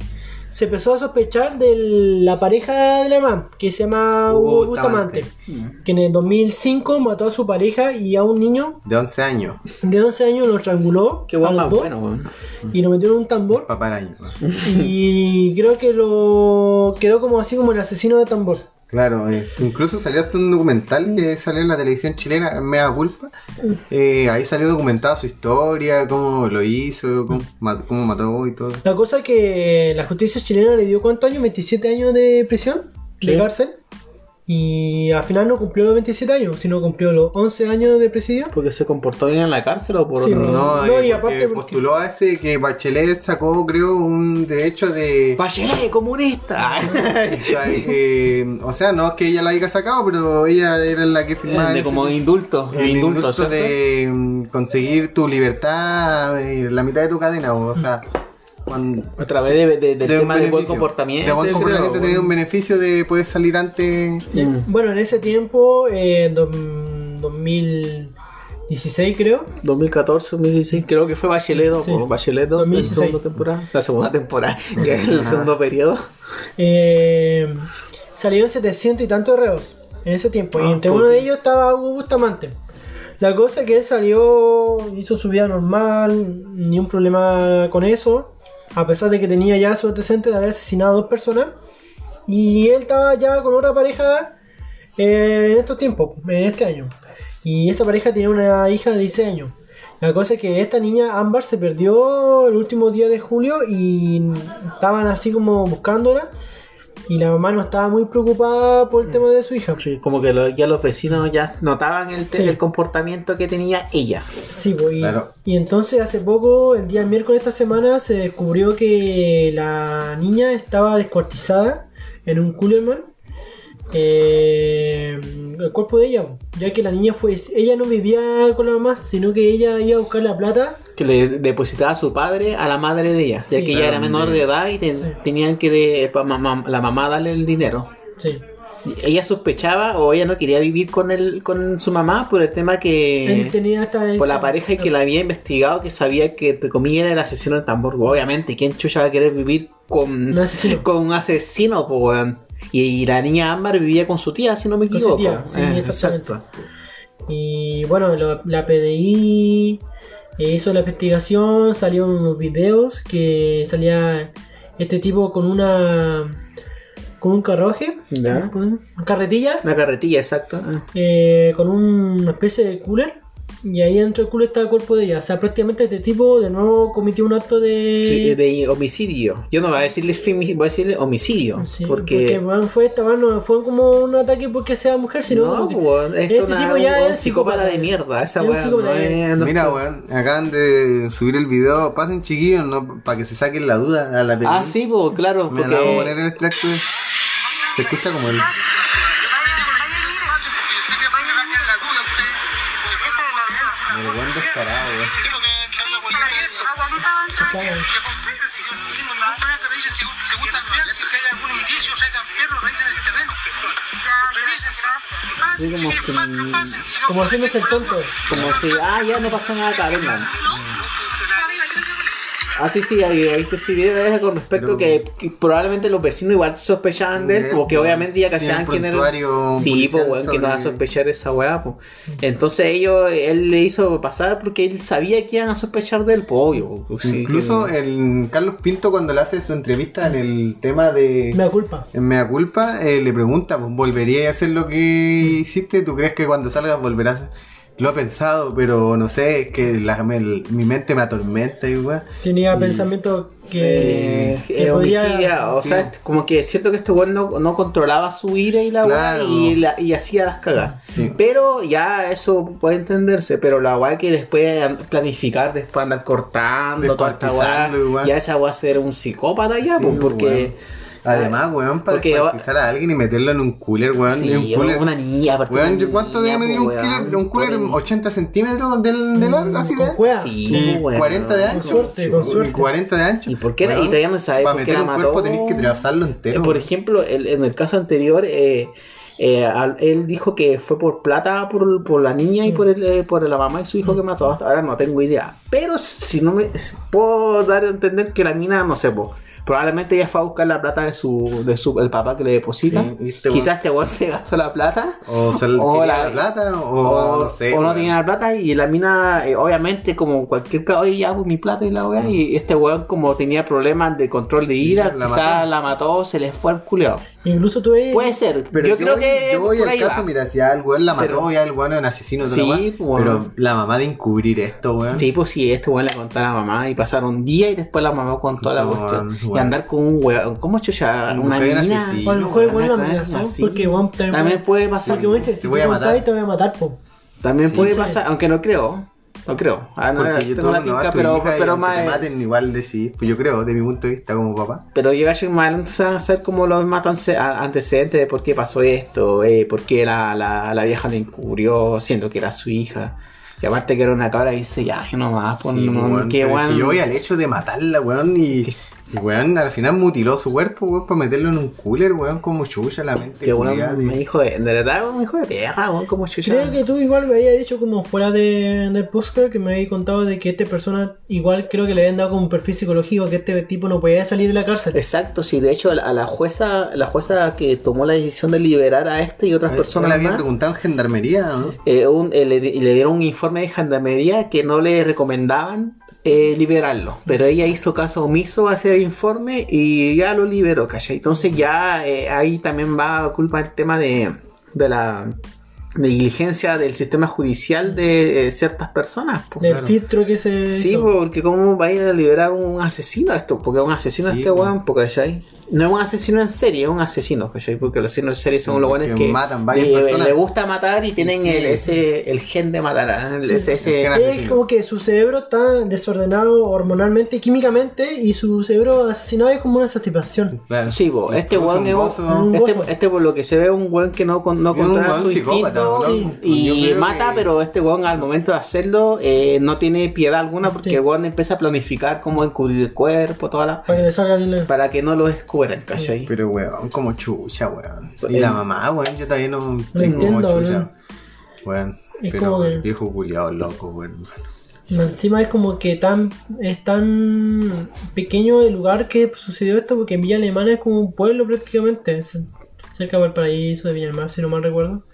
B: se empezó a sospechar de la pareja de la mamá, que se llama
C: Hugo
B: Hugo Bustamante,
D: Bustamante.
B: que en el 2005 mató a su pareja y a un niño
C: De 11 años,
B: de 11 años lo estranguló
D: Qué weón
B: a los
D: más
B: dos,
D: bueno, weón.
B: y lo metió en un tambor
C: paparaño.
B: y creo que lo quedó como así como el asesino de tambor.
C: Claro, eh, incluso salió hasta un documental que salió en la televisión chilena, en Mea Culpa. Eh, ahí salió documentada su historia, cómo lo hizo, cómo mató, cómo mató y todo.
B: La cosa es que la justicia chilena le dio cuántos años, 27 años de prisión, de
D: Sí.
B: cárcel. Y al final no cumplió los 27 años, sino cumplió los 11 años de presidio.
D: Porque se comportó bien en la cárcel o por
B: Sí,
D: otro
B: no.
C: No, eh,
B: y
C: porque
B: aparte porque-
C: postuló a ese que Bachelet sacó, creo, un derecho de...
D: Bachelet, comunista.
C: o sea, eh, o sea, no es que ella la haya sacado, pero ella era la que firmaba
D: de
C: ese-
D: como indulto.
C: el
D: indulto,
C: indulto
D: ¿cierto?
C: de mm, conseguir tu libertad, eh, la mitad de tu cadena, o sea, cuando,
D: A través de, de- del
C: un
D: tema de buen
C: beneficio.
D: comportamiento.
C: De buen
D: yo
C: comportamiento,
D: creo,
C: tener un
D: bueno.
C: beneficio de poder salir antes.
D: Mm.
B: Bueno, en ese tiempo, eh, en dos- 2016 creo,
D: 2014, 2016, creo que fue Bachelet 2,
B: Sí.
D: po, Bachelet 2,
B: 2016.
D: la segunda temporada, la segunda temporada, ya el segundo periodo.
B: eh, salieron 700 y tantos reos. en ese tiempo.
D: Ah,
B: y entre
D: Putin.
B: uno de ellos estaba Hugo Bustamante. La cosa es que él salió, hizo su vida normal, ni un problema con eso, a pesar de que tenía ya su antecedente de haber asesinado a dos personas. Y él estaba ya con otra pareja eh, en estos tiempos, en este año. Y esa pareja tiene una hija de 16 años. La cosa es que esta niña Ámbar se perdió el último día de julio y estaban así como buscándola. Y la mamá no estaba muy preocupada por el tema de su hija.
D: Sí, como que lo- ya los vecinos ya notaban el, te-
B: Sí.
D: el comportamiento que tenía ella.
B: Sí, pues, y,
C: Claro.
B: y entonces hace poco, el día miércoles de esta semana, se descubrió que la niña estaba descuartizada en un Cullerman. eh, el cuerpo de ella, ya que la niña fue, ella no vivía con la mamá, sino que ella iba a buscar la plata
D: Que le depositaba a su padre a la madre de ella, ya
B: Sí.
D: que ella era menor de edad y ten-
B: Sí.
D: tenían que de- pa- mamá- la mamá darle el dinero.
B: Sí.
D: Y Ella sospechaba o ella no quería vivir con él, con su mamá por el tema que...
B: Él tenía esta.
D: Eh, por la pareja y que la había investigado, que sabía que te comía era el asesino del tambor. Obviamente, ¿quién chucha va a querer vivir con,
B: Un asesino.
D: con un asesino? po, weón? Y, y la niña Ámbar vivía con su tía, si no me
B: Con su
D: equivoco. Ah,
B: tía, sí, exactamente.
D: exacto.
B: Y bueno, lo- la PDI eh, hizo la investigación, salieron unos videos que salía este tipo con una. con un carruaje,
D: Ya.
B: con una carretilla,
D: Una carretilla, exacto. Ah.
B: eh, con una especie de cooler. Y ahí dentro del cooler estaba el cuerpo de ella. O sea, prácticamente este tipo de nuevo cometió un acto de.
D: Sí, de homicidio. Yo no voy a decirle femicidio, voy a decirle homicidio.
B: Sí,
D: porque.
B: bueno, fue esta, bueno, no fue como un ataque porque sea mujer, sino.
D: no,
B: como que-
D: weón, esto
B: este
D: una-
B: tipo ya
D: un,
B: es
D: un psicópata de mierda. Esa
B: Es un
D: weá no
B: psicópata de-
D: es- no-
C: Mira, weón, acaban de subir el video. Pasen chiquillos, ¿no? Para que se saquen la duda a la película.
D: Ah, sí, po, claro.
C: Me
D: porque-
C: la voy a poner el extracto. Se escucha como el. Me lo buen descarado, weón.
E: Si gustan ver si hay algún indicio, traigan perros, revisen el terreno. Revísense.
D: Sí, como que-
E: Pasen, pasen, si no-
B: como haciéndose el tonto.
D: Como si, ah, ya no pasó nada acá, vengan. Ah, sí, sí, ahí, ahí te sí, era con
C: Pero-
D: respecto que, que probablemente los vecinos igual sospechaban de él,
C: Sí,
D: porque
C: pues,
D: obviamente ya
C: tiene
D: cachaban
C: un
D: quién era.
C: prontuario
D: Sí,
C: policial
D: pues, weón, que no va a
C: sobre-
D: sospechar esa weá, pues. Entonces ellos, él le hizo pasar porque él sabía que iban a sospechar del pollo. pues, sí,
C: Incluso
D: que-
C: el Carlos Pinto, cuando le hace su entrevista en el tema de.
B: Me da culpa.
C: En Mea Culpa eh, le pregunta, pues, ¿volvería a hacer lo que hiciste? ¿Tú crees que cuando salgas volverás? Lo he pensado, pero no sé, es que la- me- el- mi mente me atormenta y weá.
B: Tenía
C: Y-
B: pensamiento que,
D: Eh,
B: que
D: eh,
B: podía-
D: homicida, o
C: sí.
D: sea, como que siento que este weón no, no controlaba su ira y la weá
C: Claro.
D: y, la- y hacía las cagas.
C: Sí.
D: Pero ya eso puede entenderse, pero la weá que después an- planificar, después andar cortando toda esta weá,
C: Descuartizarlo igual.
D: ya esa weá ser un psicópata ya,
C: Sí,
D: pues, porque...
C: weón. Además, weón, para
D: Ah, Porque-
C: descuartizar a alguien y meterlo en un cooler, weón.
D: Sí,
C: en un cooler.
D: una niña, aparte
C: Weón,
D: una
C: ¿yo ¿cuánto
D: niña,
C: debe medir
D: pues,
C: un
D: weón, Mm,
C: cooler? Un cooler en
D: pobre-
C: 80 centímetros del, de largo, así de.
B: con cueva.
D: Sí,
C: Y
D: pues, weón.
C: 40 de
B: Con
C: ancho.
B: suerte, con
C: Y
B: suerte.
C: 40 de ancho.
D: ¿Y por qué era- y todavía no sabe
C: Para
D: por qué
C: meter
D: la
C: un
D: mató?
C: cuerpo tenés que trazarlo entero.
D: Eh, por ejemplo, el- en el caso anterior, eh, eh, al- él dijo que fue por plata, por, por la niña
C: Mm.
D: y por, el, eh, por la mamá y su hijo que mató. Hasta ahora no tengo idea. Pero si no me si puedo dar a entender que la mina, no sé, po, probablemente ella fue a buscar la plata de su, de su el papá que le deposita.
C: Sí, y este
D: Quizás este weón se gastó la plata.
C: O se le
D: O
C: quería
D: la-
C: la plata, o, Oh, no sé.
D: o no
C: weón.
D: tenía la plata y la mina, eh, obviamente, como cualquier caso, oye, hago mi plata y la weá. Y este weón, como tenía problemas de control de ira,
C: Mm. La
D: quizás
C: mató.
D: la mató, se le fue al culeado.
B: Incluso tuve.
C: Pues,
D: Puede ser,
C: Pero
D: yo, creo que.
C: Yo voy
D: por
C: al
D: ahí
C: caso,
D: va.
C: mira, si al weón la mató,
D: Pero-
C: ya el weón es un asesino, toda la
D: Sí, pues,
C: weá,
D: weón.
C: Pero la mamá de encubrir esto, weón.
D: Sí, pues sí, este weón le contó a la mamá y pasaron un día y después la mamá contó la
C: No,
D: cuestión. Y
C: weón.
D: andar con un weón, ¿cómo chucha?
C: Una
D: Una
C: mujer
D: mina.
C: asesina.
B: A lo mejor igual la
D: Andar con
B: amenazó,
D: alguien así.
B: porque Juan también,
D: También puede pasar.
B: Porque Juan dice:
C: Te
B: Si
C: voy
B: te
C: a
B: matar,
C: matar.
B: te voy a matar, po.
D: También
C: Sí.
D: puede
B: Sí.
D: pasar, aunque no creo. No creo. Ah, no,
C: Porque yo
D: tengo
C: todo
D: la
C: no
D: tinca,
C: a tu
D: pero,
C: hija y
D: pero
C: aunque
D: más.
C: te maten igual decís, pues yo creo, de mi punto de vista como papá.
D: Pero llega a más adelante se van a hacer como los más ance- a- antecedentes de por qué pasó esto, eh, por qué la, la, la vieja lo encubrió, siendo que era su hija. Y aparte que era una cabra y dice, ya, que no más, pues,
C: Sí,
D: no,
C: weón,
D: qué
C: pero es que
D: weón.
C: yo voy al hecho de matarla, weón, y Y weón, al final mutiló su cuerpo, weón, para meterlo en un cooler, weón, como chucha la mente.
D: Que bueno,
C: culiada,
D: un
C: tío.
D: hijo de. De verdad, un hijo de perra, weón, como chucha.
F: Creo que tú igual me habías dicho como fuera de, del podcast que me habías contado de que esta persona igual creo que le habían dado como un perfil psicológico que este tipo no podía salir de la cárcel.
D: Exacto, sí, de hecho a la, a la jueza, la jueza que tomó la decisión de liberar a este y otras
C: A ver, Le
D: personas
C: habían
D: más,
C: preguntado en gendarmería, ¿no?
D: eh, un- eh, le, le dieron un informe de gendarmería que no le recomendaban eh, liberarlo, pero ella hizo caso omiso a ese informe y ya lo liberó, ¿cachai? Entonces ya eh, ahí también va a culpa el tema de, de la negligencia del sistema judicial de eh, ciertas personas. po.
F: Del
C: pues, claro. pues,
F: filtro que se
D: Sí,
F: hizo.
D: porque cómo va a ir a liberar un asesino a esto, porque es un asesino
C: Sí,
D: este
C: po.
D: weón, porque ¿cachai? No es un asesino en serie, es un asesino, ¿cachai? Porque los asesinos en serie son
C: Sí,
D: los buenos
C: porque
D: que
C: matan varias
D: le,
C: personas.
D: le gusta matar y tienen
C: Sí.
D: el, ese, el gen de matar, ¿eh? El- ese,
C: el
D: ese-
C: gen
F: Es
C: asesino.
F: como que su cerebro está desordenado hormonalmente y químicamente y su cerebro asesinar es como una satisfacción.
C: Claro.
D: Sí, po, este
C: Incluso
D: weón
C: un
D: es
C: gozo.
D: un,
F: Un
D: este,
F: gozo.
D: este por lo que se ve es un weón que no, con- no
C: Es un
D: controla
C: weón
D: su
C: psicópata,
D: instinto
C: weón. Yo
D: y
C: creo
D: mata,
C: que-
D: pero este weón al momento de hacerlo eh, no tiene piedad alguna porque
F: Sí.
D: el weón empieza a planificar cómo encubrir el cuerpo, toda la,
F: Para que le salga bien la...
D: para que no lo descubran, ¿cachai?
C: Pero weón, como chucha, weón.
D: Pero-
C: Y la mamá, weón, yo todavía no tengo
F: entiendo,
C: como
F: weón.
C: chucha. Weón,
F: Es
C: pero
F: como que-
C: weón, viejo culiado loco, weón.
F: Encima es como que tan es tan pequeño el lugar que sucedió esto porque en Villa Alemana es como un pueblo prácticamente, es cerca de Valparaíso, de Villa del Mar, si no mal recuerdo.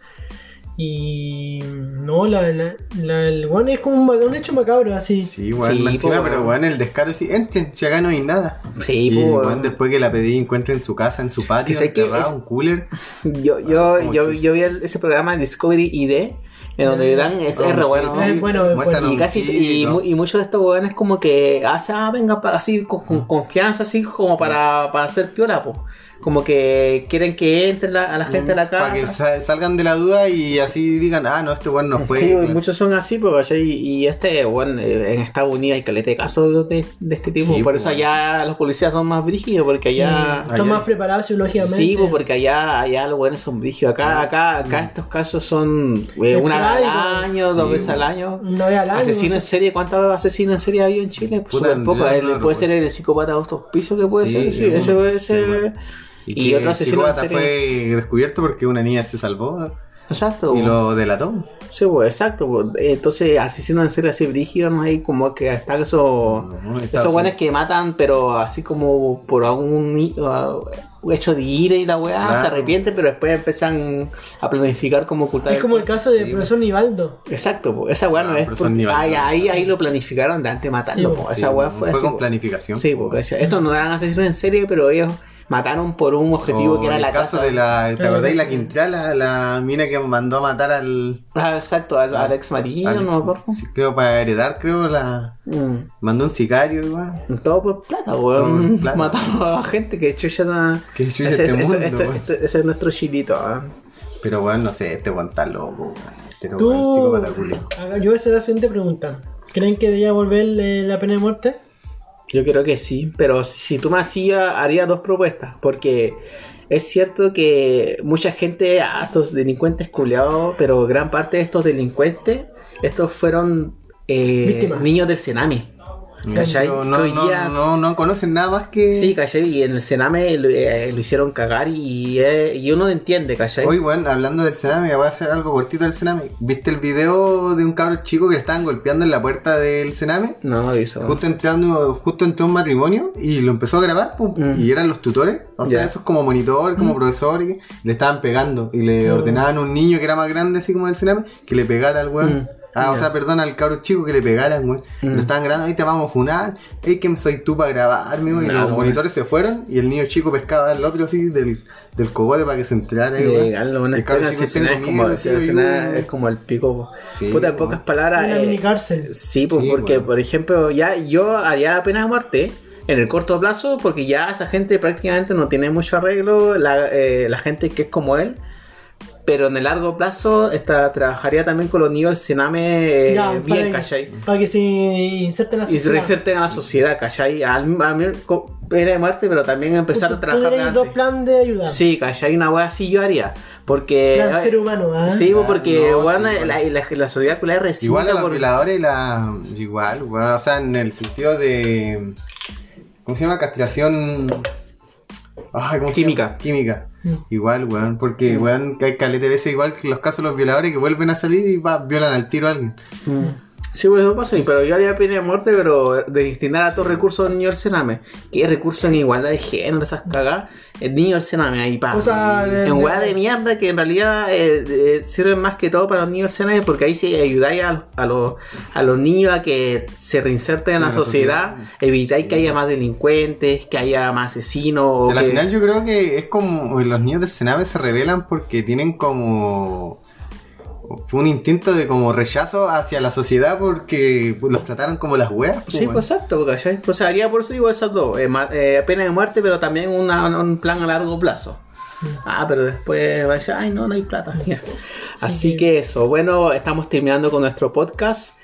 F: Y no, la, la, la- el weón es como un, ma- un hecho macabro así.
C: Sí, weón,
D: Sí,
C: más encima,
D: po,
C: pero
D: weón.
C: weón, el descaro sí, entren, si acá no hay nada.
D: Sí,
C: y
D: po,
C: weón,
D: weón.
C: después que la pedí, encuentra en su casa, en su patio,
D: Que sé que
C: enterrado,
D: es-
C: un cooler. Ah,
D: Yo, yo,
C: ¿cómo
D: yo,
C: chucha?
D: yo vi el- ese programa Discovery ID, en donde dan es
C: Ah,
D: R,
C: sí,
D: bueno.
F: sí. bueno, bueno.
C: muestran
D: Y
C: un
D: casi y,
C: sitio.
D: mu- y muchos de estos weones como que hacen, ah, venga, para, así con, con
C: Mm.
D: confianza, así como para, para hacer piola, po. Como que quieren que entre la- a la gente a la
C: Mm, Para que
D: casa.
C: sa- salgan de la duda y así digan, ah, no, este weón no fue.
D: Sí,
C: Claro.
D: muchos son así, pero y, y este, bueno, en Estados Unidos hay caleta de casos de, de este tipo.
C: Sí,
D: Por eso
C: bueno. Mm.
D: allá los policías son más brígidos, porque allá...
F: Eh, Está
C: Allá.
F: más preparado psicológicamente.
D: Sí, pues, porque allá, allá los buenos son brigios.
C: Ah,
D: Acá, acá, acá estos casos son eh, una vez al
F: Esporádicos.
D: año,
C: mm. Sí,
D: dos veces
C: bueno.
D: al año.
F: Una vez al año,
D: Asesino
F: no
D: en serie, ¿cuántos asesinos en serie ha habido en Chile? Pues
C: Puta,
D: súper poco.
C: yo no
D: Él
C: recuerdo.
D: puede ser el psicópata de estos pisos que puede
C: Sí,
D: ser. Sí,
C: sí,
D: ese
C: bueno.
D: puede
C: Sí,
D: ser.
C: bueno.
D: Y,
C: que
D: otro
C: el
D: asesino en
C: psicópata
D: serie.
C: fue descubierto porque una niña se salvó
D: Exacto.
C: y
D: pues.
C: lo delató.
D: Sí, pues, exacto. pues. Entonces, asesinos en serie así brígidos, no hay como que hasta esos.
C: No, está
D: esos buenos
C: así.
D: que matan, pero así como por algún i- ah, hecho de ira y la weá,
C: Claro.
D: se arrepienten, pero después empiezan a planificar cómo ocultar
F: Es como el caso del
C: Sí,
F: profesor
D: pues.
F: Nivaldo.
D: Exacto, po. esa weá no,
C: Ah,
D: es.
C: pero
D: por-
C: son nivel-
D: Ay, ahí, ahí lo planificaron de antes matarlo,
F: Sí,
D: po.
C: Sí,
D: esa weá fue, así.
C: con
D: po.
C: planificación.
D: Sí, porque estos no eran asesinos en serie, pero ellos mataron por un objetivo
C: O
D: que era
C: el
D: la
C: caso
D: casa.
C: de la. ¿Te
F: Ah,
C: acordáis
F: sí.
C: la Quintrala? La mina que mandó a matar al.
D: Ah, exacto, al, al ex marido,
C: al-
D: no me acuerdo.
C: sí, creo para heredar, creo. la
D: Mm.
C: Mandó un sicario, igual.
D: Todo por plata,
C: Todo
D: weón.
C: por plata.
D: Mataron a gente que chucha na-
C: Que chucha este
D: ese, ese-
C: mundo,
D: este-
C: weón.
D: este- ese es nuestro chilito, ah.
C: Pero bueno, no sé, este weón está loco, weón. Este era un
F: Tú...
C: psicópata culiao.
F: Haga- Yo voy a hacer la siguiente pregunta. ¿Creen que debería volver eh, la pena de muerte?
D: Yo creo que sí, pero si tú me hacías, haría dos propuestas, porque es cierto que mucha gente, a estos delincuentes culeados, pero gran parte de estos delincuentes, estos fueron eh,
F: Víctimas.
D: niños del tsunami. ¿Cachai?
C: No,
D: Que
C: no,
D: hoy
C: no,
D: día-
C: no, no conocen nada más que.
D: Sí, ¿cachai? Y en el Sename lo, eh, lo hicieron cagar y, eh, y uno no entiende, ¿cachai?
C: Hoy, bueno, hablando del Sename, voy a hacer algo cortito del Sename. ¿Viste el video de un cabro chico que le estaban golpeando en la puerta del Sename?
D: No, eso.
C: Justo entrando, justo entró un matrimonio y lo empezó a grabar, pum,
D: Mm.
C: y eran los tutores, o sea,
D: Ya. Mm.
C: esos como monitor, como profesor, y le estaban pegando y le ordenaban a un niño que era más grande, así como del Sename, que le pegara al weón.
D: Mm.
C: Ah, o
D: Ya. Mm.
C: sea, perdón, al cabro chico que le pegaran, weón. Lo estaban grabando, ahí te vamos a funar. Ey, ¿quién soy tú para grabar, mi weón? Y
D: No,
C: los
D: weón.
C: monitores se fueron y el niño chico pescaba al otro así del, del cogote para que se entrara. ahí, weón.
D: eh, Legal, una
C: El cabro
D: escena
C: chico,
D: asesina es
C: "Tengo
D: como,
C: miedo", así, ahí,
D: asesina
C: weón.
D: es como el pico. po.
C: Sí,
D: Puta, en
C: po.
D: pocas palabras.
F: Una
D: eh,
F: mini cárcel.
D: Sí, pues
C: Sí,
D: porque,
C: bueno.
D: por ejemplo, ya yo haría la pena de muerte en el corto plazo porque ya esa gente prácticamente no tiene mucho arreglo, la, eh, la gente que es como él. Pero en el largo plazo esta, trabajaría también con los niños del Sename eh,
F: Ya,
D: bien,
F: para,
D: ¿cachai?
F: que, para que se inserten la
D: Y se
F: sociedad.
D: reinserten a la sociedad, ¿cachai? Al, a mí, co- pena de muerte, pero también empezar
F: Tú-
D: a
F: tú
D: trabajar de
F: tenéis dos
D: antes.
F: planes de ayuda.
D: Sí, ¿cachai? Una wea así yo haría. Porque...
F: Plan
D: eh,
F: ser humano, ¿ah?
D: Sí, pues, porque
C: No,
D: weón,
C: sí,
D: la,
C: bueno.
D: la- la sociedad culiada es
C: Igual a
D: recíproca
C: los
D: por-
C: violadores la. Igual, weón, o sea, en el sentido de. ¿Cómo se llama? Castración. Ay, ¿cómo se
D: Química.
C: llama? Química.
F: Mm.
C: Igual, weón, porque weón, que hay caleta de veces igual que los casos de los violadores que vuelven a salir y va, violan al tiro a alguien.
D: Sí, pues eso pasa, pero yo haría pena de muerte, pero de destinar a todos recursos al niño del Sename. ¿Qué recursos en igualdad de género, esas cagadas? El niño del Sename, ahí pa.
B: O sea, de-
D: en hueá
B: de-
D: de mierda que en realidad eh, eh, sirven más que todo para los niños del Sename, porque ahí sí ayudáis a, a los, a los niños a que se reinserten en la, sociedad, evitáis que haya más delincuentes, que haya más asesinos.
C: O
D: o
C: sea, al
D: que-
C: final yo creo que es como los niños del Sename se rebelan porque tienen como un instinto de como rechazo hacia la sociedad porque los trataron como las weas. pues,
D: Sí,
C: weón.
D: pues exacto, ¿cachai? O sea, haría por eso digo esas dos, eh, ma- eh, pena de muerte, pero también una- un plan a largo plazo. Ah, pero después vaya, ay no, no hay plata.
F: pues.
D: Ya. Así que eso, bueno, estamos terminando con nuestro podcast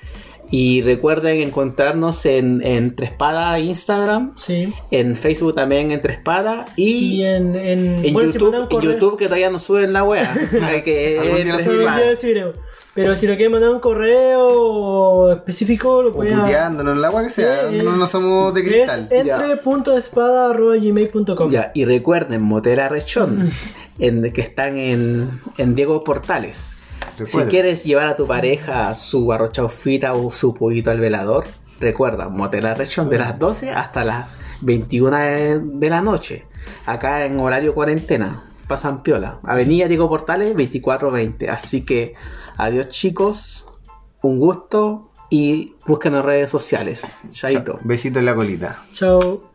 D: y recuerden encontrarnos en, en Tres Espada Instagram,
F: Sí.
D: en Facebook también en Tres Espada y,
F: Y en, en,
D: en,
F: bueno, si
D: YouTube,
F: mandan un
D: en
F: correo-
D: YouTube que todavía no suben la wea. Hay que-
C: Algún día la
D: Tres
F: Solo el
D: Espada.
F: día de Ciro. eh. Pero si lo quieren mandar un correo específico, lo
C: O
F: pueden
C: puteándonos, la wea que sea,
F: Sí,
C: no, no somos de
F: Es
C: cristal.
F: entre.espada.gmail.com
D: Ya, y recuerden, Motera Rechón, en, que están en, en Diego Portales.
C: Recuerden.
D: Si quieres llevar a tu pareja su arrochaufita o su pollito al velador, recuerda, Motera Rechón, de las 12 hasta las 21 de, de la noche, acá en horario cuarentena, pasan piola. Avenida Diego Portales 2420. Así que, adiós chicos, un gusto y búsquenos en redes sociales. Chaito.
C: Besito en la colita.
F: Chao.